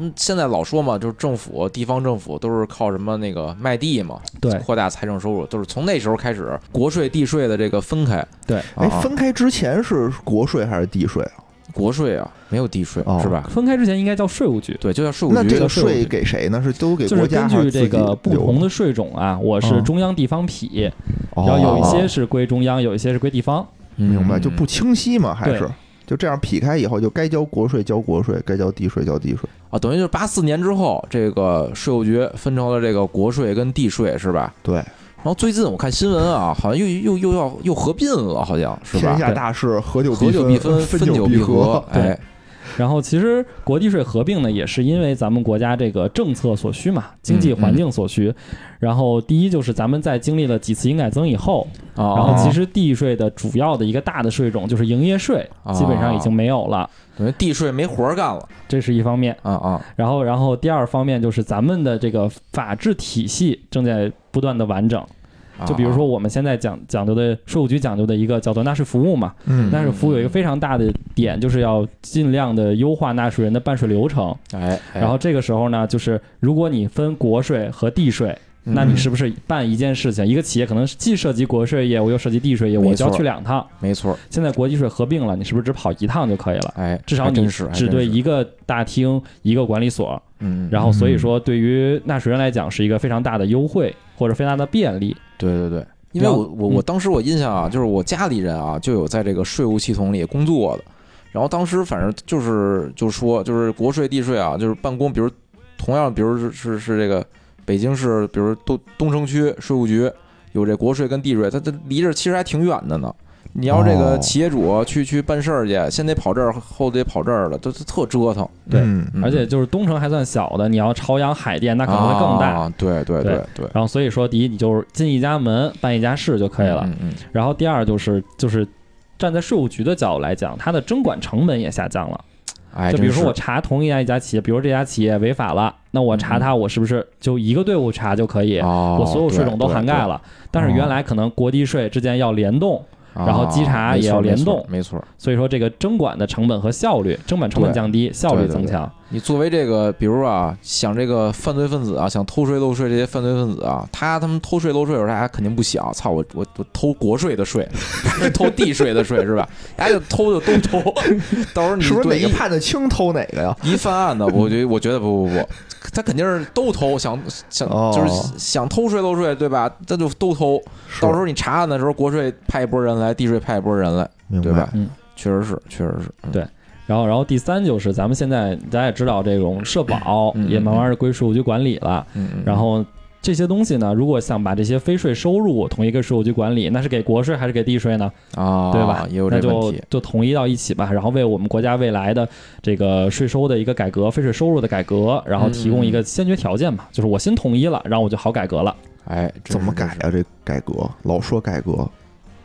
S2: 嗯，现在老说嘛，就是政府、地方政府都是靠什么那个卖地嘛，
S3: 对
S2: 扩大财政收入，就是从那时候开始，国税、地税的这个分开，
S3: 对，
S1: 哎，
S2: 啊
S1: 分开之前是国税还是地税啊？
S2: 国税啊，没有地税、
S1: 哦
S2: 是吧？
S3: 分开之前应该叫税务局。
S2: 对，就像税务
S1: 那
S2: 局
S1: 这个
S3: 税务
S1: 税
S3: 局
S1: 给谁呢？是都给
S3: 就是
S1: 国家
S3: 根
S1: 还
S3: 据
S1: 是自
S3: 这
S1: 己
S3: 个不
S1: 留
S3: 同的税种啊，我是
S1: 嗯
S3: 中央地方匹，
S1: 哦
S3: 然后有一些是归中央，有一些是归地方。
S2: 嗯
S1: 明白就不清晰嘛，还
S3: 对
S1: 是就这样劈开以后，就该交国税交国税，该交地税交地税。
S2: 啊，等于就是八四年之后，这个税务局分成了这个国税跟地税是吧？
S1: 对，
S2: 然后最近我看新闻啊，好像又又又要又合并了，好像是
S1: 天
S2: 吧？
S1: 下大事，合久
S2: 合久必
S1: 分，
S2: 分
S1: 久
S2: 久必
S1: 合。
S3: 对
S2: 哎，
S3: 然后其实国地税合并呢，也是因为咱们国家这个政策所需嘛，经
S1: 嗯
S3: 济环境所需。然后第一就是咱们在经历了几次营改增以后，
S1: 哦
S2: 啊，
S3: 然后其实地税的主要的一个大的税种就是营业税，
S2: 啊
S3: 基本上
S1: 哦
S3: 已经没有了，
S2: 等于地税没活儿干了
S3: 这是一方面。
S2: 啊啊， <laughs>
S3: 然后，然后第二方面就是咱们的这个法治体系正在不断的完整。
S2: 啊
S3: 就比如说我们现在讲讲究的税务局讲究的一个叫做纳税服务嘛，
S1: 嗯
S3: 纳税服务有一个非常大的点，就是要尽量的优化纳税人的办税流程。
S2: 哎，哎
S3: 然后这个时候呢，就是如果你分国税和地税，
S2: 嗯
S3: 那你是不是办一件事情，一个企业可能既涉及国税业务又涉及地税业务，
S2: 没
S3: 我就要
S2: 错
S3: 去两趟。
S2: 没错，
S3: 现在国际税合并了，你是不是只跑一趟就可以了？
S2: 哎，
S3: 至少
S2: 还
S3: 你
S2: 真是还
S3: 只
S2: 真
S3: 对
S2: 是
S3: 一个大厅、一个管理所，
S2: 嗯，
S3: 然后所以说对于纳税人来讲是一个非常大的优惠或者非常大的便利。
S2: 对对嗯对，因为
S3: 然后
S2: 我我我当时我印象啊，就是我家里人啊就有在这个税务系统里工作的，然后当时反正就是就说就是国税地税啊，就是办公，比如同样比如是是是这个北京市，比如东东城区税务局有这国税跟地税，它它离这儿其实还挺远的呢。你要这个
S1: 哦
S2: 企业主去去办事儿去，先得跑这儿，后得跑这儿了，都都特折腾。
S3: 对
S1: 嗯
S2: 嗯
S3: 而且就是东城还算小的，你要朝阳、海淀那可能会更大。
S2: 啊对对
S3: 对
S2: 对，
S3: 然后所以说，第一你就是进一家门办一家事就可以了。
S2: 嗯嗯，
S3: 然后第二就是就是站在税务局的角度来讲，它的征管成本也下降了。
S2: 哎，
S3: 就比如
S2: 真
S3: 说
S2: 是
S3: 我查同一家一家企业，比如这家企业违法了，那我查它，我是不是就一个队伍查就可以？
S2: 嗯哦
S3: 我所有税
S2: 对
S3: 种都
S2: 对
S3: 涵盖
S2: 对哦
S3: 了，但是原来可能国地税之间要联动，然后稽查
S2: 啊没
S3: 也
S2: 错
S3: 要联
S2: 没错
S3: 动
S2: 没错。
S3: 所以说这个征管的成本和效率，征管成本
S2: 对
S3: 降低，效率
S2: 对对
S3: 增
S2: 对
S3: 强。
S2: 你作为这个，比如啊，想这个犯罪分子啊，想偷税漏税这些犯罪分子啊，他他们偷税漏税的时候，大家肯定不想，操我我我偷国税的税， <laughs> 不是偷地税的税是吧？大家就偷就都偷，到时候你
S1: 是不是
S2: 对
S1: 哪个
S2: 一
S1: 判的轻偷哪个呀？
S2: 一犯案的，我觉得我觉得不不不，他肯定是都偷，想想
S1: 哦
S2: 就是想偷税漏税对吧？他就都偷，
S1: 是
S2: 到时候你查案的时候，国税派一波人来，地税派一波人来，
S1: 明
S2: 对吧
S1: 白？？
S3: 嗯
S2: 确实是，确实是，嗯
S3: 对然后，然后第三就是咱们现在大家也知道，这种社保
S2: 嗯嗯
S3: 也慢慢的归税务局管理了。
S2: 嗯嗯，
S3: 然后这些东西呢，如果想把这些非税收入统一归税务局管理，那是给国税还是给地税呢？
S2: 啊，
S3: 对吧？
S2: 也有
S3: 那
S2: 这问
S3: 就
S2: 题，
S3: 就统一到一起吧，然后为我们国家未来的这个税收的一个改革、非税收入的改革，然后提供
S2: 嗯
S3: 一个先决条件嘛，就是我先统一了，然后我就好改革了。
S2: 哎，真
S1: 怎么
S2: 是
S1: 改啊？这改革老说改革，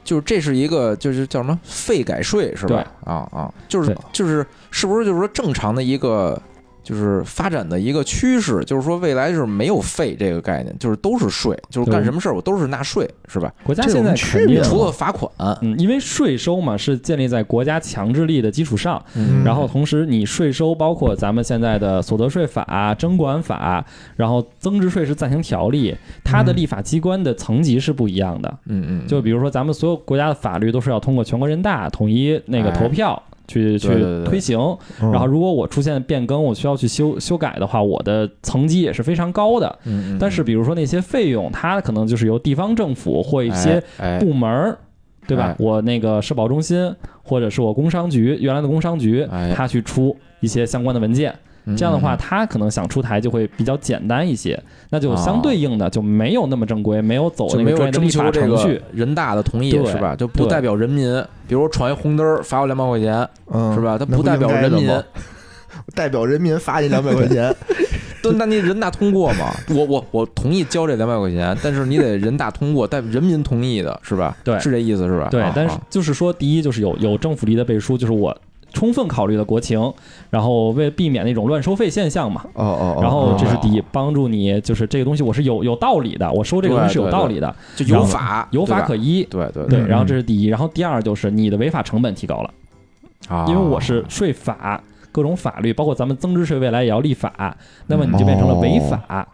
S2: 就是这是一个就是叫什么废改税是吧？啊啊，就是
S3: 对
S2: 就是是不是就是说正常的一个就是发展的一个趋势，就是说未来是没有废这个概念，就是都是税，就是干
S3: 对
S2: 什么事儿我都是纳税是吧？
S3: 国家
S1: 这有
S3: 现在
S1: 区
S3: 肯定
S1: 别吗
S2: 除了罚款，
S3: 嗯，因为税收嘛是建立在国家强制力的基础上，
S1: 嗯
S3: 然后同时你税收包括咱们现在的所得税法、征管法，然后增值税是暂行条例，它的
S1: 嗯
S3: 立法机关的层级是不一样的。
S2: 嗯嗯，
S3: 就比如说咱们所有国家的法律都是要通过全国人大统一那个
S2: 哎
S3: 投票。去去
S2: 对对对
S3: 推行，
S2: 嗯
S3: 然后如果我出现变更，我需要去修修改的话，我的层级也是非常高的。
S2: 嗯，嗯嗯，
S3: 但是比如说那些费用，它可能就是由地方政府或一些
S2: 哎哎
S3: 部门儿，对吧
S2: 哎？
S3: 我那个社保中心或者是我工商局原来的工商局
S2: 哎，
S3: 它去出一些相关的文件。
S2: 嗯
S3: 这样的话，
S2: 嗯
S3: 它可能想出台就会比较简单一些，那就相对应的就没有那么正规，没有走
S2: 哦就
S3: 那
S2: 没
S3: 个
S2: 有
S3: 专业的
S2: 征
S3: 立
S2: 求
S3: 法
S2: 这
S3: 程
S2: 个
S3: 序。
S2: 人大的同意
S3: 对
S2: 是吧？就不
S3: 对
S2: 代表人民，比如我闯一红灯儿罚我两百块钱
S1: 嗯
S2: 是吧？它
S1: 那
S2: 代表
S1: 应该
S2: 人
S1: 的
S2: 民
S1: 吗，代表人民罚你两百块
S2: <laughs>
S1: 钱。
S2: 对，那你人大通过嘛？我我我同意交这两百块钱，但是你得人大通过，代人民同意的是吧？
S3: 对
S2: 是这意思是吧？
S3: 对
S2: 啊，
S3: 但是
S2: 啊
S3: 就是说，第一就是有有政府力的背书，就是我充分考虑了国情，然后为避免那种乱收费现象嘛。
S1: 哦哦哦，
S3: 然后这是第一
S2: 哦，
S3: 帮助你就是这个东西我是有有道理的，我收这个东西是有道理的，
S2: 就有法
S3: 有法
S2: 对吧
S3: 可依。
S2: 对对
S3: 对，
S1: 嗯
S3: 然后这是第一，然后第二就是你的违法成本提高了，
S2: 啊
S3: 因为我是税法各种法律，包括咱们增值税未来也要立法，那么你就变
S2: 嗯
S3: 成了违
S2: 哦
S3: 法。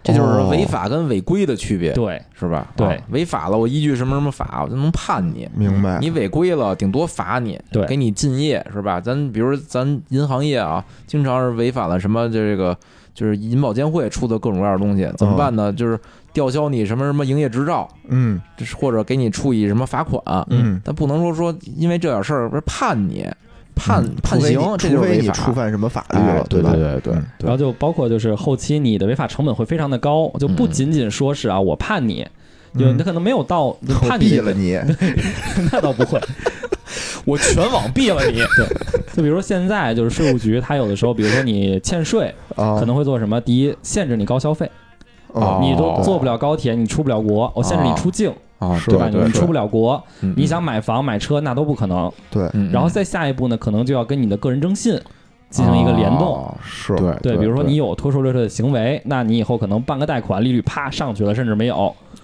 S2: 这就是违法跟违规的区别，
S3: 哦对，
S2: 是吧？
S3: 对
S2: 啊违法了，我依据什么什么法，我就能判你。
S1: 明白？
S2: 你违规了，顶多罚你，
S3: 对
S2: 给你禁业，是吧？咱比如咱银行业啊，经常是违反了什么这个，就是银保监会出的各种各样的东西，
S3: 嗯
S2: 怎么办呢？就是吊销你什么什么营业执照，
S1: 嗯
S2: 这是或者给你处以什么罚款，
S1: 嗯，
S2: 但不能说说因为这点事儿不是判你判
S1: 嗯
S2: 判
S1: 除非
S2: 刑
S1: 你，
S2: 这
S1: 除
S2: 就是
S1: 非
S2: 违
S1: 你
S2: 法。
S1: 触犯什么法律
S2: 哎
S1: 了，
S2: 对
S1: 吧？
S2: 对对
S1: 嗯
S2: 对
S3: 然后就包括就是后期你的违法成本会非常的高，就不
S2: 嗯
S3: 仅仅说是啊我判你，就
S1: 嗯
S3: 你可能没有到
S1: 我
S3: 判你
S1: 毙
S3: 这
S1: 了
S3: 个，
S2: <laughs>
S1: 你，
S3: 那倒不会，
S2: 我全网毙了
S3: <laughs>
S2: 你。
S3: 就比如说现在就是税务局，它有的时候，比如说你欠税，
S1: 啊，
S2: 哦
S3: 可能会做什么？第一，限制你高消费，
S1: 哦
S3: 你都坐不了高铁，你出不了国，我限制你出境，
S2: 啊，
S1: 是
S3: 对吧？
S1: 对
S3: 你出不了国，
S2: 嗯
S3: 你想买房买车那都不可能。
S1: 对，
S2: 嗯
S3: 然后再下一步呢，可能就要跟你的个人征信进行一个联动。
S2: 哦
S1: 是，
S2: 对
S3: 对，比如说你有脱税漏税的行为，那你以后可能办个贷款利率啪上去了，甚至没有，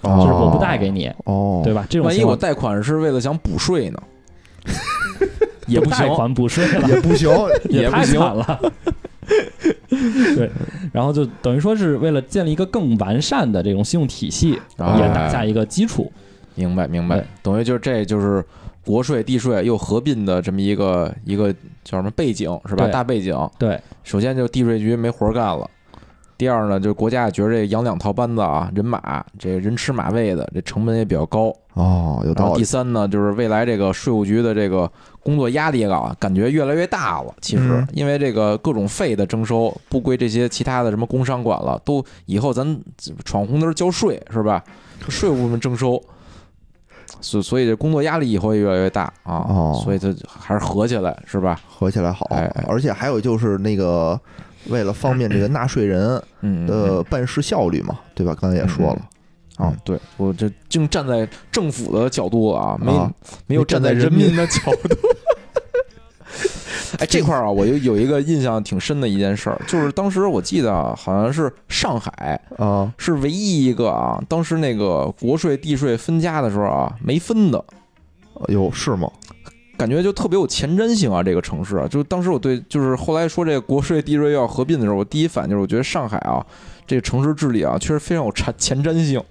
S3: 就是
S1: 哦
S3: 我不贷给你，
S1: 哦，
S3: 对吧？这种
S2: 万一
S3: 情
S2: 我
S3: 况
S2: 贷款是为了想补税呢，也
S3: 就
S2: 不行
S3: 贷。款补税 <laughs> 了，
S1: <laughs> 也不
S2: <laughs>
S1: 行，
S2: 也不
S3: 太
S2: 行 <laughs>
S3: 惨了。对，然后就等于说是为了建立一个更完善的这种信用体系，
S2: 哎
S3: 也打下一个基础。
S2: 明白明白
S3: 对，
S2: 等于就是这就是国税地税又合并的这么一个一个叫什么背景是吧？
S3: 对
S2: 大背景，
S3: 对，
S2: 首先就地税局没活儿干了。第二呢，就是国家也觉得这养两套班子啊，人马这人吃马喂的，这成本也比较高。
S1: 哦，有
S2: 然
S1: 道
S2: 后第
S1: 理，
S2: 三呢，就是未来这个税务局的这个工作压力啊，感觉越来越大了。其实，
S1: 嗯
S2: 因为这个各种费的征收不归这些其他的什么工商管了，都以后咱闯红灯交税是吧？税务部门征收，所所以这工作压力以后也越来越大啊。
S1: 哦
S2: 所以它还是合起来是吧？
S1: <laughs> 合起来好
S2: 哎哎，
S1: 而且还有就是那个，为了方便这个纳税人
S2: 嗯，嗯
S1: 的办事效率嘛，对吧？刚才也说了，
S2: 嗯啊，对我这净站在政府的角度啊，没、
S1: 啊
S2: 没有
S1: 没站
S2: 站在
S1: 在
S2: 人
S1: 人民
S2: 民的角度。哎，这块儿啊，我就有一个印象挺深的一件事儿，就是当时我记得啊好像是上海
S1: 啊，
S2: 是唯一一个啊，当时那个国税地税分家的时候啊没分的，
S1: 呃有是吗？
S2: 感觉就特别有前瞻性啊，这个城市啊，就当时我对，就是后来说这个国税地税要合并的时候，我第一反应就是我觉得上海啊，这个城市治理啊，确实非常有前前瞻性。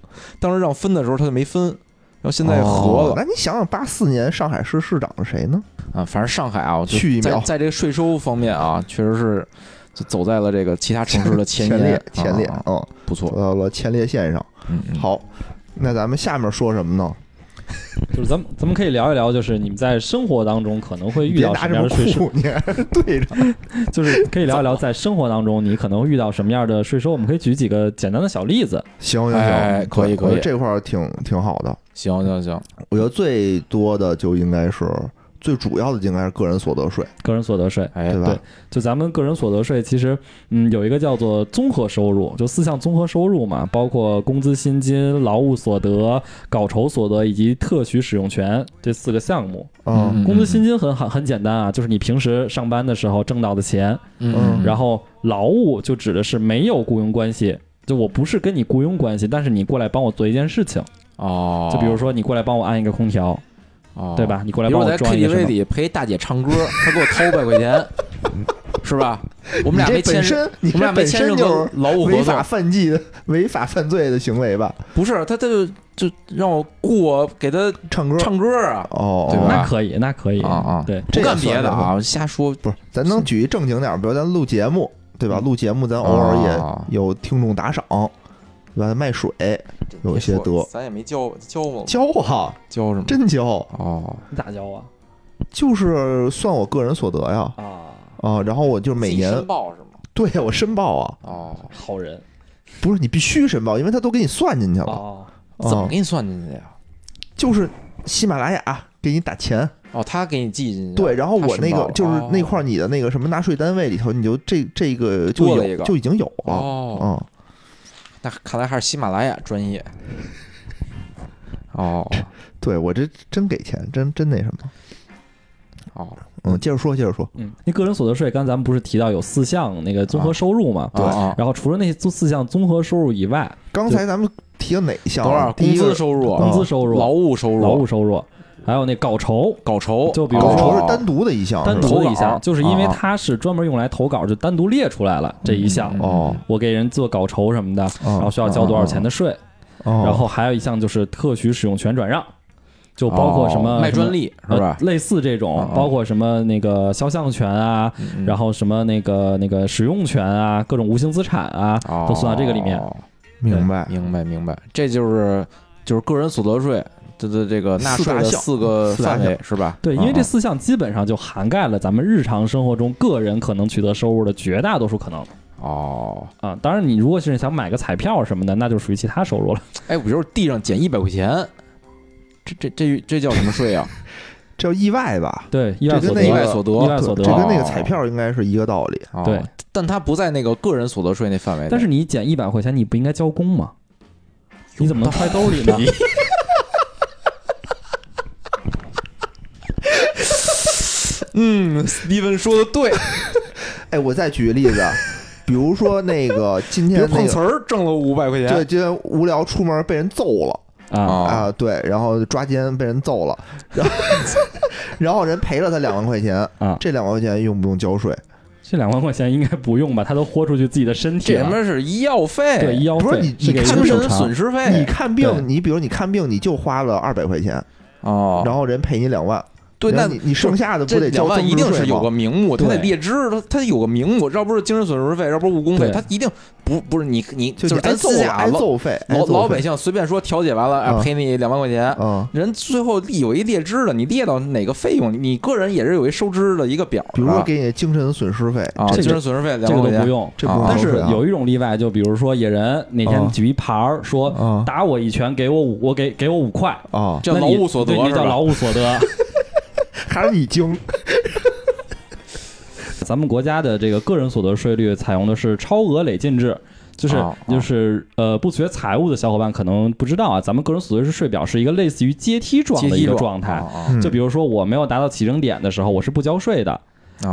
S2: 当时让分的时候他就没分，然后现在合
S1: 哦
S2: 了、
S1: 那你想想，八四年上海市市长是谁呢？
S2: 啊，反正上海啊，我就
S1: 去一
S2: 在
S1: 秒
S2: 在这个税收方面啊，确实是就走在了这个其他城市的前沿
S1: 列，前列，
S2: 啊
S1: 嗯，
S2: 不错
S1: 走，到了前列线上。
S2: 嗯，嗯
S1: 好，那咱们下面说什么呢？
S3: 就是咱们咱们可以聊一聊，就是你们在生活当中可能会遇
S1: 别
S3: 到
S1: 拿
S3: 什么
S1: 这
S3: 样
S1: 么
S3: 的税收，
S1: 酷， <laughs> 你还是对着。
S2: 哎
S3: 就是可以聊一聊在生活当中你可能会遇到什么样的税收。我们可以举几个简单的小例子。
S1: 行行
S2: 哎
S1: 行，
S2: 可以
S1: 对我觉
S2: 可
S1: 得
S2: 以
S1: 这块儿挺挺好的。
S2: 行行行，
S1: 我觉得最多的就应该是最主要的，应该是个人所得税，
S3: 个人所得税，
S2: 哎
S1: 对，吧？
S3: 就咱们个人所得税，其实嗯有一个叫做综合收入，就四项综合收入嘛，包括工资薪金、劳务所得、稿酬所得以及特许使用权这四个项目。
S1: 啊，
S2: 嗯
S3: 工资薪金很很很简单啊，就是你平时上班的时候挣到的钱。
S2: 嗯，
S1: 嗯
S3: 然后劳务就指的是没有雇佣关系，就我不是跟你雇佣关系，但是你过来帮我做一件事情，
S2: 哦，
S3: 就比如说你过来帮我按一个空调，
S2: 哦
S3: 对吧？你过来
S2: 比如
S3: 帮
S2: 我在
S3: 装一个什
S2: KTV
S3: 么？
S2: 里陪大姐唱歌，她给我掏五百
S1: <laughs>
S2: 块钱，是吧？我
S1: 我
S2: 们俩
S1: 这
S2: 没签
S1: 本，身，你
S2: 我们俩
S1: 这
S2: 没
S1: 本
S2: 签任
S1: 身
S2: 何
S1: 就
S2: 劳
S1: 是
S2: 务合
S1: 违法
S2: 同，
S1: 犯纪、违法犯罪的行为吧？
S2: 不是他他就就让我雇我给他
S1: 唱歌，
S2: 唱歌啊，
S1: 哦，
S2: 对吧
S3: 那可以，那可以
S2: 啊啊
S3: 对，
S2: 不
S1: 这也
S2: 干别
S1: 算
S2: 的
S1: 是
S2: 啊，瞎说
S1: 不是，咱能举一正经点儿，比如咱录节目，对吧？录节目咱偶尔
S2: 啊
S1: 也有听众打赏，对吧？卖水有些多
S2: 咱也没交交我
S1: 交啊，
S2: 交什么
S1: 真交，
S2: 哦，
S3: 你咋交啊？
S1: 就是算我个人所得呀
S3: 啊，
S1: 啊。然后我就每年
S2: 报是吗？
S1: 对呀，我申报啊，
S2: 哦，
S3: 好人
S1: 不是你必须申报，因为他都给你算进去了，
S3: 哦，
S2: 怎么
S1: 啊，
S2: 给你算进去的呀？
S1: 就是喜马拉雅给你打钱，
S2: 哦，他给你记进去，
S1: 对，然后我
S2: 他申
S1: 那
S2: 报
S1: 个
S2: 了
S1: 就是那块
S2: 哦
S1: 儿你的那个什么纳税单位里头，你就这这个就
S2: 多了一
S1: 有
S2: 个
S1: 就已经有了，
S2: 哦，
S1: 嗯，
S2: 那看来还是喜马拉雅专业。哦，
S1: 对我这真给钱，真真那什么。
S2: 哦，
S1: 嗯，接着说，接着说，
S3: 嗯，那个人所得税，刚才咱们不是提到有四项那个综合收入嘛？
S2: 对，啊
S3: 然后除了那四四项综合收入以外，
S1: 刚才咱们提了哪项
S2: 等会
S1: 啊？
S2: 儿
S1: 第
S2: 工
S1: 一
S2: 资
S1: 个
S2: 收入、
S3: 工资收入、
S2: 哦劳务收入、
S3: 劳务收入，还有那稿酬，
S2: 稿酬，哦
S3: 就比如
S1: 稿
S3: 说
S1: 酬是单独的一项，
S3: 单
S1: 是吧
S3: 独的一
S2: 投稿
S3: 项，就是因为
S2: 啊啊
S3: 它是专门用来投稿，就单独列出来了这一项
S2: 嗯。
S1: 哦
S3: 我给人做稿酬什么
S2: 哦
S3: 的，
S1: 嗯
S3: 然后需要交多少钱的税，
S1: 哦，
S3: 然后还有一项就是特许使用权转让，就包括什么呃
S2: 哦卖专
S3: 利
S2: 利是吧？
S3: 类似这种
S2: 嗯，嗯
S3: 包括什么那个肖像权啊，
S2: 嗯
S3: 然后什么那个那个使用权啊，各种无形资产啊，
S2: 哦
S3: 都算到这个里面。
S1: 明白，
S2: 明白明白，这就是就是个人所得税这这这个纳
S1: 四
S2: 税
S1: 大
S2: 的
S1: 项
S2: 四个
S1: 四大
S2: 范围是吧？
S3: 对，因为
S2: 嗯
S3: 这四项基本上就涵盖了咱们日常生活中个人可能取得收入的绝大多数可能
S2: 哦，
S3: 啊。当然，你如果是想买个彩票什么的，那就属于其他收入了。
S2: 哎，我就是地上捡一百块钱，这这这这叫什么税啊？
S1: 这叫意外吧？
S3: 对，意外
S1: 这跟
S3: 所得，
S1: 那
S2: 意
S1: 个
S2: 外所得，
S3: 意外所得
S1: 这跟那个彩票应该是一个道理。
S2: 哦
S3: 对，
S2: 但它不在那个个人所得税那范围内。
S3: 但是你减一百块钱，你不应该交工吗？你怎么能揣兜里
S2: 哦
S3: 呢？
S2: 嗯，斯蒂文
S1: <laughs>
S2: 说的对，
S1: 哎，我再举个例子，比如说那个今
S2: 别
S1: 天那
S2: 碰瓷
S1: 个，
S2: 儿挣了五百块
S1: 对，
S2: 钱
S1: 今天无聊出门被人揍了
S3: 啊，
S2: 啊
S1: 啊，对，然后抓奸被人揍了，然后 <laughs> 然后人赔了他两万块钱
S3: 啊
S1: 这两万块钱用不用交税？
S3: 这两万块钱应该不用吧？他都豁出去自己的身体
S2: 这
S3: 了
S2: 他，妈是医药费，
S3: 对医药
S1: 不是
S3: 费
S1: 你
S3: 是给
S1: 你
S3: 人
S1: 看
S2: 精
S3: 手
S2: 神损
S3: 偿，
S2: 失
S1: 你
S2: 费
S1: 看
S3: 对
S1: 病，你比如你看病，你就花了二百块钱，
S2: 哦。
S1: 然后人赔你两万，
S2: 对，
S1: 然
S2: 那
S1: 后你你剩下的
S2: 这
S1: 不得
S2: 两
S1: 交
S2: 万
S1: 增
S2: 一
S1: 值
S2: 定
S1: 税
S2: 是有
S1: 吗
S2: 个名目，他得
S3: 对
S2: 列支，他他有个名目，要不是精神损失费，要不是误工费，
S3: 对
S2: 他一定不不是你你
S1: 就是挨
S2: 咱
S1: 揍
S2: 私
S1: 了
S2: 下
S1: 挨
S2: 老
S1: 揍费，挨
S2: 老
S1: 揍
S2: 老
S1: 费
S2: 百姓随便说调解完了，哎
S1: 嗯
S2: 赔你两万块钱，
S1: 嗯，
S2: 人最后立有一列支的，你列到哪个费用，你个人也是有一收支的一个表的，
S1: 比如说给你精神损失费，
S2: 啊
S3: 这个
S2: 精神损失费
S3: 这
S2: 两万
S3: 个
S2: 块
S3: 都不
S2: 钱，
S3: 用。
S1: 这不用
S2: 啊
S3: 但
S1: 交
S3: 是
S1: 税啊
S3: 有一种例外，就比如说野人哪天
S1: 啊
S3: 举一牌儿说
S1: 啊
S3: 打我一拳，给我五，我给给我五块，
S1: 啊，
S2: 叫
S3: 那
S2: 劳
S3: 你
S2: 务所得
S3: 对，那
S2: 是
S3: 叫劳
S2: 吧？
S3: 务所
S2: <laughs>
S3: 得。
S1: 还是你精
S3: 咱们国家的这个个人所得税率采用的是超额累进制，就是
S2: 哦哦
S3: 就是呃，不学财务的小伙伴可能不知道啊，咱们个人所得税税表是一个类似于阶梯状
S2: 阶
S3: 的
S2: 梯
S3: 一个
S2: 状
S3: 状态。
S2: 啊
S1: 嗯
S3: 就比如说我没有达到起征点的时候，我是不交税的。
S2: 啊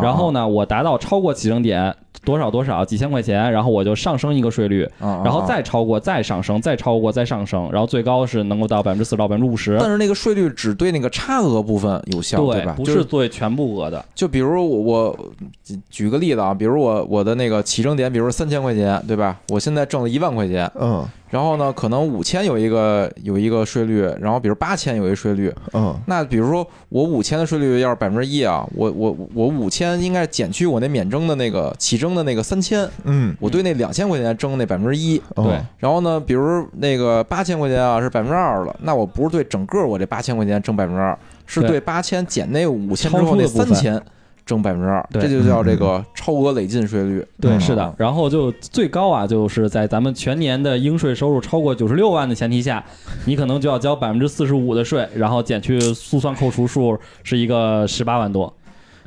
S3: 然后呢，我达到超过起征点多少多少几千块钱，然后我就上升一个税率，
S2: 啊啊
S3: 然后
S2: 啊
S3: 再超过再上升，再超过再上升，然后最高是能够到百分之四十到百分之五十。
S2: 但是那个税率只对那个差额部分有效，对吧？
S3: 不
S2: 就是
S3: 对全部额的，
S2: 就比如我我举举个例子啊，比如我我的那个起征点，比如三千块钱，对吧？我现在挣了一万块钱，
S1: 嗯
S2: 然后呢，可能五千有一个有一个税率，然后比如八千有一个税率。
S1: 嗯
S2: 那比如说我五千的税率要是百分之一啊，我我我五千应该减去我那免征的那个起征的那个三千，
S1: 嗯，
S2: 我对那两千块钱征那百分之一。
S1: 嗯
S3: 对，
S2: 然后呢，比如那个八千块钱啊是百分之二了，那我不是对整个我这八千块钱挣百分之二，是
S3: 对
S2: 对八千减那五千之后那
S3: 超出的
S2: 三
S3: 部
S2: 千挣百分之二，
S3: 对
S2: 这就叫这个超额累进税率。
S3: 对，
S1: 嗯
S3: 是的。然后就最高啊，就是在咱们全年的应税收入超过九十六万的前提下，你可能就要交百分之四十五的税，然后减去速算扣除数是一个十八万多。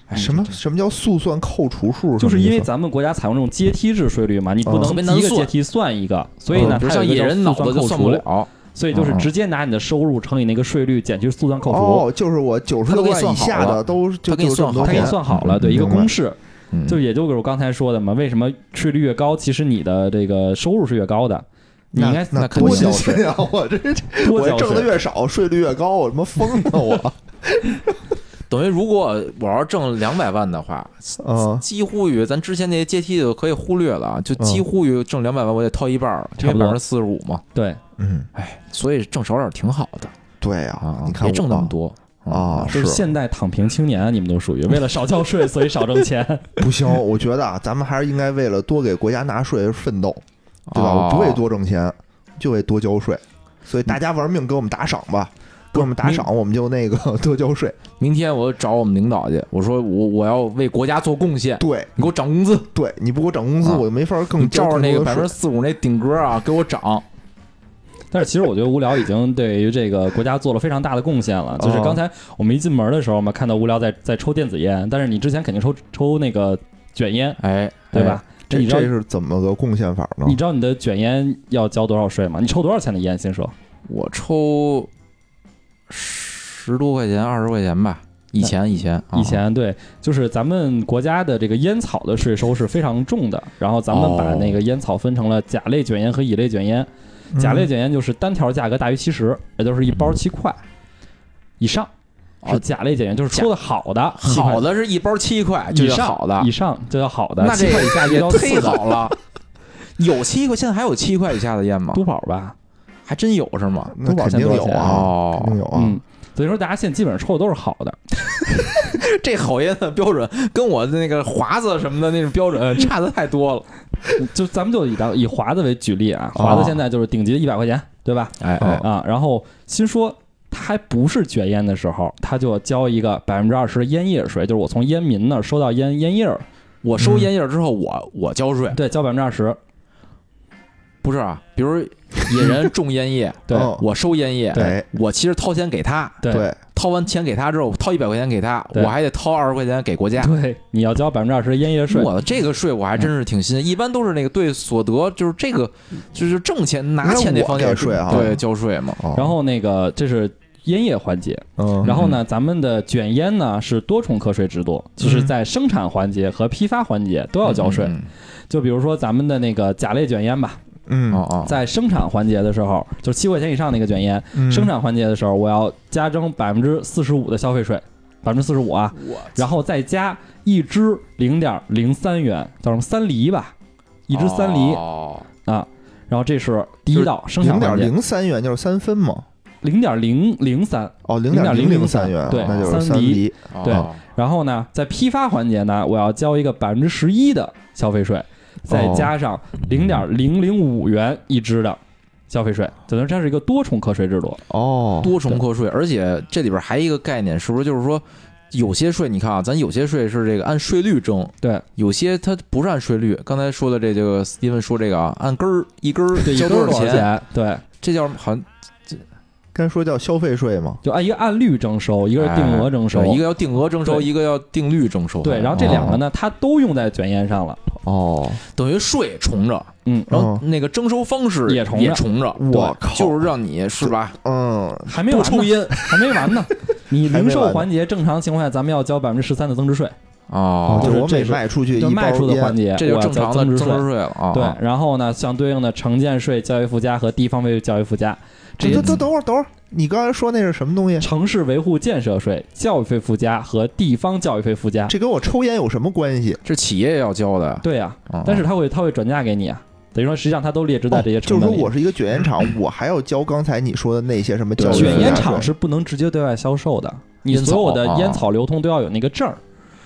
S2: 哎
S1: 什么什么叫速算扣除数？
S3: 就
S1: 什
S3: 是
S1: 么
S3: 因
S1: 意
S3: 为
S1: 思啊
S3: 咱们国家采用这种阶梯制税率嘛，你不
S1: 嗯
S3: 能
S2: 特别难
S3: 一个
S2: 算
S3: 阶梯算一个，所以呢，
S2: 比如
S3: 它有
S2: 像
S3: 一个
S2: 野
S3: 叫
S2: 人
S3: 速
S2: 脑
S3: 算
S2: 子就
S3: 扣
S2: 算不
S3: 除，
S2: 了，
S3: 所以就是
S2: 嗯嗯
S3: 直接拿你的收入乘以那个税率减去速算扣除，
S1: 哦，就是我九十
S2: 他都
S1: 多
S2: 给你
S1: 万以
S2: 算好
S1: 下
S2: 了
S1: 的都就
S2: 他给你
S1: 就这
S2: 算
S1: 么多
S2: 好
S3: 它
S2: 了
S3: 给你
S1: 钱，
S3: 算好了，对一个
S1: 明白
S3: 公式，
S2: 嗯
S3: 就也就是我刚才说的嘛，为什么税率越高，其实你的这个收入是越高的，你应该
S1: 那
S2: 肯定
S1: 多
S2: 交
S1: 新鲜啊！我这
S3: 多
S1: 我
S3: 交
S1: 这挣的
S3: 税。
S1: 越少，税率越高，我他妈疯了
S2: <laughs>
S1: 我！
S2: 等于如果我要是挣两百万的话，
S1: 嗯，
S2: 几乎于咱之前那些阶梯就可以忽略了啊，就几乎于挣两百万我得掏一半儿了，因
S3: 差
S2: 为
S3: 不
S2: 百
S3: 多
S2: 分之四十五嘛，
S3: 对，
S1: 嗯，
S2: 哎，所以挣少点儿挺好的
S1: 对
S2: 啊
S1: 啊，，你看
S2: 别挣
S1: 我
S2: 那么多
S1: 啊，
S3: 就是现代躺平青年，你们都属于为了少交税，所以少挣钱。
S1: 不行，我觉得啊，咱们还是应该为了多给国家拿税而奋斗，对吧？
S2: 啊
S1: 我不为多挣钱，就为多交税，所以大家玩命给我们打赏吧，给我们打赏，我们就那个 <laughs> 多交税。
S2: 明天我找我们领导去，我说我我要为国家做贡献，
S1: 对
S2: 你给我涨工资，
S1: 对，你不给我涨工资，
S2: 啊
S1: 我就没法
S2: 你
S1: 更交
S2: 照着那个
S1: 更多
S2: 百
S1: 的税
S2: 分之四五那顶格啊，给我涨。
S3: 但是其实我觉得无聊已经对于这个国家做了非常大的贡献
S1: <laughs>
S3: 了。就是
S1: 哦
S3: 刚才我们一进门的时候嘛，看到无聊在在抽电子烟，但是你之前肯定抽抽那个卷烟，
S2: 哎，
S3: 对吧？
S1: 这
S3: 你知道
S1: 这是怎么个贡献法呢
S2: 嗯
S3: 你？知道你的卷烟要交多少税吗？你抽多少钱的烟？先说
S2: 我抽十多块钱、二十块钱吧，以前以前啊
S3: 以前对，就是咱们国家的这个烟草的税收是非常重的，然后咱们把
S2: 哦
S3: 那个烟草分成了甲类卷烟和乙类卷烟。
S2: 嗯
S3: 甲类卷烟就是单条价格大于七十，也就是一包七块以上，
S2: 哦
S3: 是甲类卷烟，就是
S2: 甲
S3: 出的好的，
S2: 好的是一包七块，就
S3: 以
S2: 叫
S3: 上
S2: 好的
S3: 以，上就叫好的，
S2: 那这
S3: 七块以下就
S2: 也
S3: 叫
S2: 忒
S3: 次的
S2: 好了。 <laughs> 有七块，现在还有七块以下的烟吗？
S3: 都宝吧。
S2: 还真有是吗？
S1: 那
S3: 都往
S1: 肯
S3: 前
S1: 定
S3: 多
S1: 有
S3: 少钱啊
S1: 啊，肯定
S2: 哦，
S1: 有啊。
S3: 嗯，所以说大家现在基本上抽的都是好的，
S2: <laughs> 这好烟的标准跟我的那个华子什么的那种标 <laughs> 准差的太多了。
S3: 就咱们就以咱以华子为举例啊，
S2: 哦
S3: 华子现在就是顶级一百块钱，对吧？
S2: 哎
S1: 哎
S3: 啊，然后新说他还不是卷烟的时候，他就要交一个百分之二十的烟叶税，就是我从烟民那儿收到烟烟叶儿，
S2: 我收烟叶之后，我我交税，
S3: 对，交百分之二十，
S2: 不是啊？比如野 <laughs> 人种烟叶，
S3: 对
S1: 哦
S2: 我收烟叶，
S3: 对
S1: 哎
S2: 我其实掏钱给他，
S3: 对
S1: 对，
S2: 掏完钱给他之后，掏一百块钱给他，
S3: 对
S2: 我还得掏二十块钱给国家。
S3: 对，你要交百分之二十的烟叶税，
S2: 我的这个税我还真是挺新，一般都是那个对所得，就是这个就是挣钱拿钱这方
S1: 那
S2: 面
S1: 我给税啊
S2: 对交税嘛。
S1: 哦
S3: 然后那个这是烟叶环节，
S1: 嗯，
S3: 然后呢，咱们的卷烟呢是多重课税制
S2: 嗯
S3: 度，就是在生产环节和批发环节都要交税。
S2: 嗯
S3: 就比如说咱们的那个甲类卷烟吧，
S1: 嗯
S2: 哦哦，
S3: 在生产环节的时候，就七块钱以上那个卷烟，
S1: 嗯
S3: 生产环节的时候，我要加征百分之四十五的消费税，百分之四十五啊，然后再加一支零点零三元，叫什么三厘吧，一支三厘、
S2: 哦
S3: 啊。然后这是第一道生
S1: 零
S3: 产
S1: 点
S3: 环节，
S1: 零三元就是三分嘛，
S3: 零点零零三。
S1: 哦，零点零零
S3: 0.003
S1: 三元，啊
S3: 对
S1: 那就是
S3: 三
S1: 三
S3: 厘
S1: 厘，
S2: 哦
S3: 对然后呢，在批发环节呢，我要交一个百分之十一的消费税，再加上零点零零五元一支的消费税，等于这是一个多重课税制度。
S1: 哦，
S2: 多重课税，而且这里边还一个概念，是不是就是说？有些税你看啊，咱有些税是这个按税率征，
S3: 对，
S2: 有些它不是按税率。刚才说的这这个 Steven 说这个啊，按根儿一根儿
S3: 对，一
S2: 交
S3: 根儿
S2: 少
S3: 多少
S2: 钱，
S3: 钱？对，
S2: 这叫什么好像
S1: 该说叫消费税嘛，
S3: 就按一个按率征收，一
S2: 一
S3: 个是定额征收，
S2: 一个要定额征收，
S3: 对
S2: 一个要定率征收。
S3: 对，然后这两
S1: 啊
S3: 个呢，它都用在卷烟上了。
S1: 哦，
S2: 等于税重着，
S3: 嗯，
S2: 然后那个征收方式
S3: 也重着
S2: 也重着，
S1: 我靠，
S2: 就是让你是吧？
S1: 嗯，
S3: 还没
S2: 不
S1: <laughs>
S3: 完
S2: 抽
S3: 呢，
S2: 烟
S3: 还没完呢。你
S1: 还没
S3: 零售
S1: 完呢
S3: 环节正常情况下，咱们要交百分之十三的增值税，
S2: 哦，
S1: 就是我
S3: 这
S1: 每
S3: 是
S1: 卖出去
S3: 就
S1: 一
S3: 卖
S1: 包
S3: 出的环
S1: 烟，
S2: 这
S3: 节，
S2: 就
S3: 我要
S2: 正
S3: 交
S2: 常的
S3: 增值
S2: 增
S3: 税
S2: 值。税了啊。
S3: 对，然后呢，相对应的城建税、教育附加和地方卫教育附加，这
S1: 这
S3: 些嗯
S1: 等等等会儿等会儿，你刚才说那是什么东西？
S3: 城市维护建设税、教育费附加和地方教育费附加。
S1: 这跟我抽烟有什么关系？
S2: 这企业也要交的，
S3: 对呀、
S2: 嗯
S3: 但是它会它会转嫁给你啊，等于说实际上它都列支在
S1: 哦
S3: 这些
S1: 就
S3: 成
S1: 是
S3: 本
S1: 说
S3: 里。
S1: 我是一个卷烟厂，我还要交刚才你说的那些什么教育
S3: 卷
S1: 附
S3: 烟
S1: 加
S3: 厂
S1: 税
S3: 是不能直接对外销售的，你
S2: 烟草
S3: 所有的
S2: 啊
S3: 烟草流通都要有那个证儿，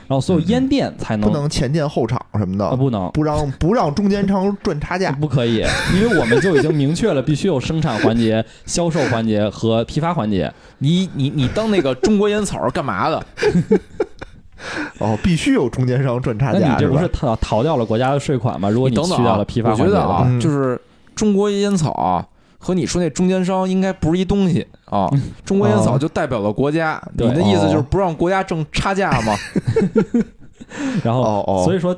S3: 然后所有烟店才
S1: 嗯不
S3: 能
S1: 能前店后厂什么
S3: 啊
S1: 的，
S3: 不能。
S1: 不让不让中间商赚差
S3: <laughs>
S1: 价。
S3: 不可以，因为我们就已经明确了，必须有生产环节、 <laughs> 销售环节和批发环节。
S2: 你你你当那个中国烟草是干嘛的？
S1: 哦，必须有中间商赚差
S3: 那你
S1: 价，
S3: 这不
S1: 吧
S3: 是？逃逃掉了国家的税款吗？如果
S2: <laughs> 你
S3: 你
S2: 等
S3: 去
S2: 等
S3: 掉
S2: 啊
S3: 了批发
S2: 我觉
S3: 环节
S2: 得
S3: 的话，
S2: 啊
S1: 嗯，
S2: 就是中国烟草啊和你说那中间商应该不是一东西啊。中国烟草
S1: 哦
S2: 就代表了国家，
S3: 对
S2: 你的意思就是不让国家挣差价吗？
S3: 然后
S1: 哦哦，
S3: 所以说，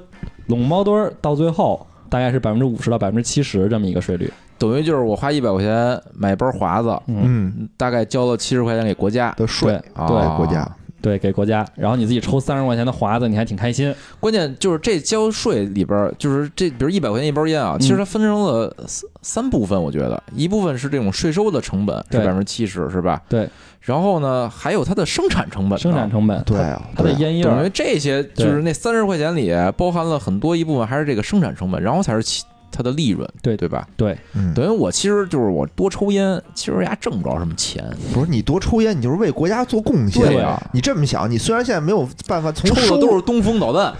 S3: 拢猫墩儿到最后大概是百分之五十到百分之七十这么一个税率。
S2: <laughs> 等于就是我花一百块钱买一包华子，
S3: 嗯，
S1: 嗯
S2: 大概交了七十块钱给国家。
S1: 的税
S3: 对
S2: 啊
S3: 哦
S1: 对国家，
S3: 对，给国家，然后你自己抽三十块钱的华子，你还挺开心。
S2: 关键就是这交税里边儿，就是这比如一百块钱一包烟啊，其
S3: 嗯
S2: 实它分成了三三部分，我觉得一部分是这种税收的成本是
S3: 对
S2: 百分之七十，是吧？
S3: 对。
S2: 然后呢，还有它的生产成本呢，
S3: 生产成本，
S1: 呃对啊，
S3: 它的
S1: 对啊
S3: 烟叶
S2: 等于
S3: 儿，
S2: 这些就是那三十块钱里包含了很多一部分还是这个生产成本，然后才是其它的利润，
S3: 对
S2: 对吧？
S3: 对，
S1: 嗯，
S2: 等于我其实就是我多抽烟，其实丫挣不着什么钱，
S1: 不是你多抽烟，你就是为国家做贡献。
S3: 啊
S2: 呀、
S1: 你这么想，你虽然现在没有办法从
S2: 抽
S1: 收
S2: 的都是东风导
S3: <laughs>
S2: 弹，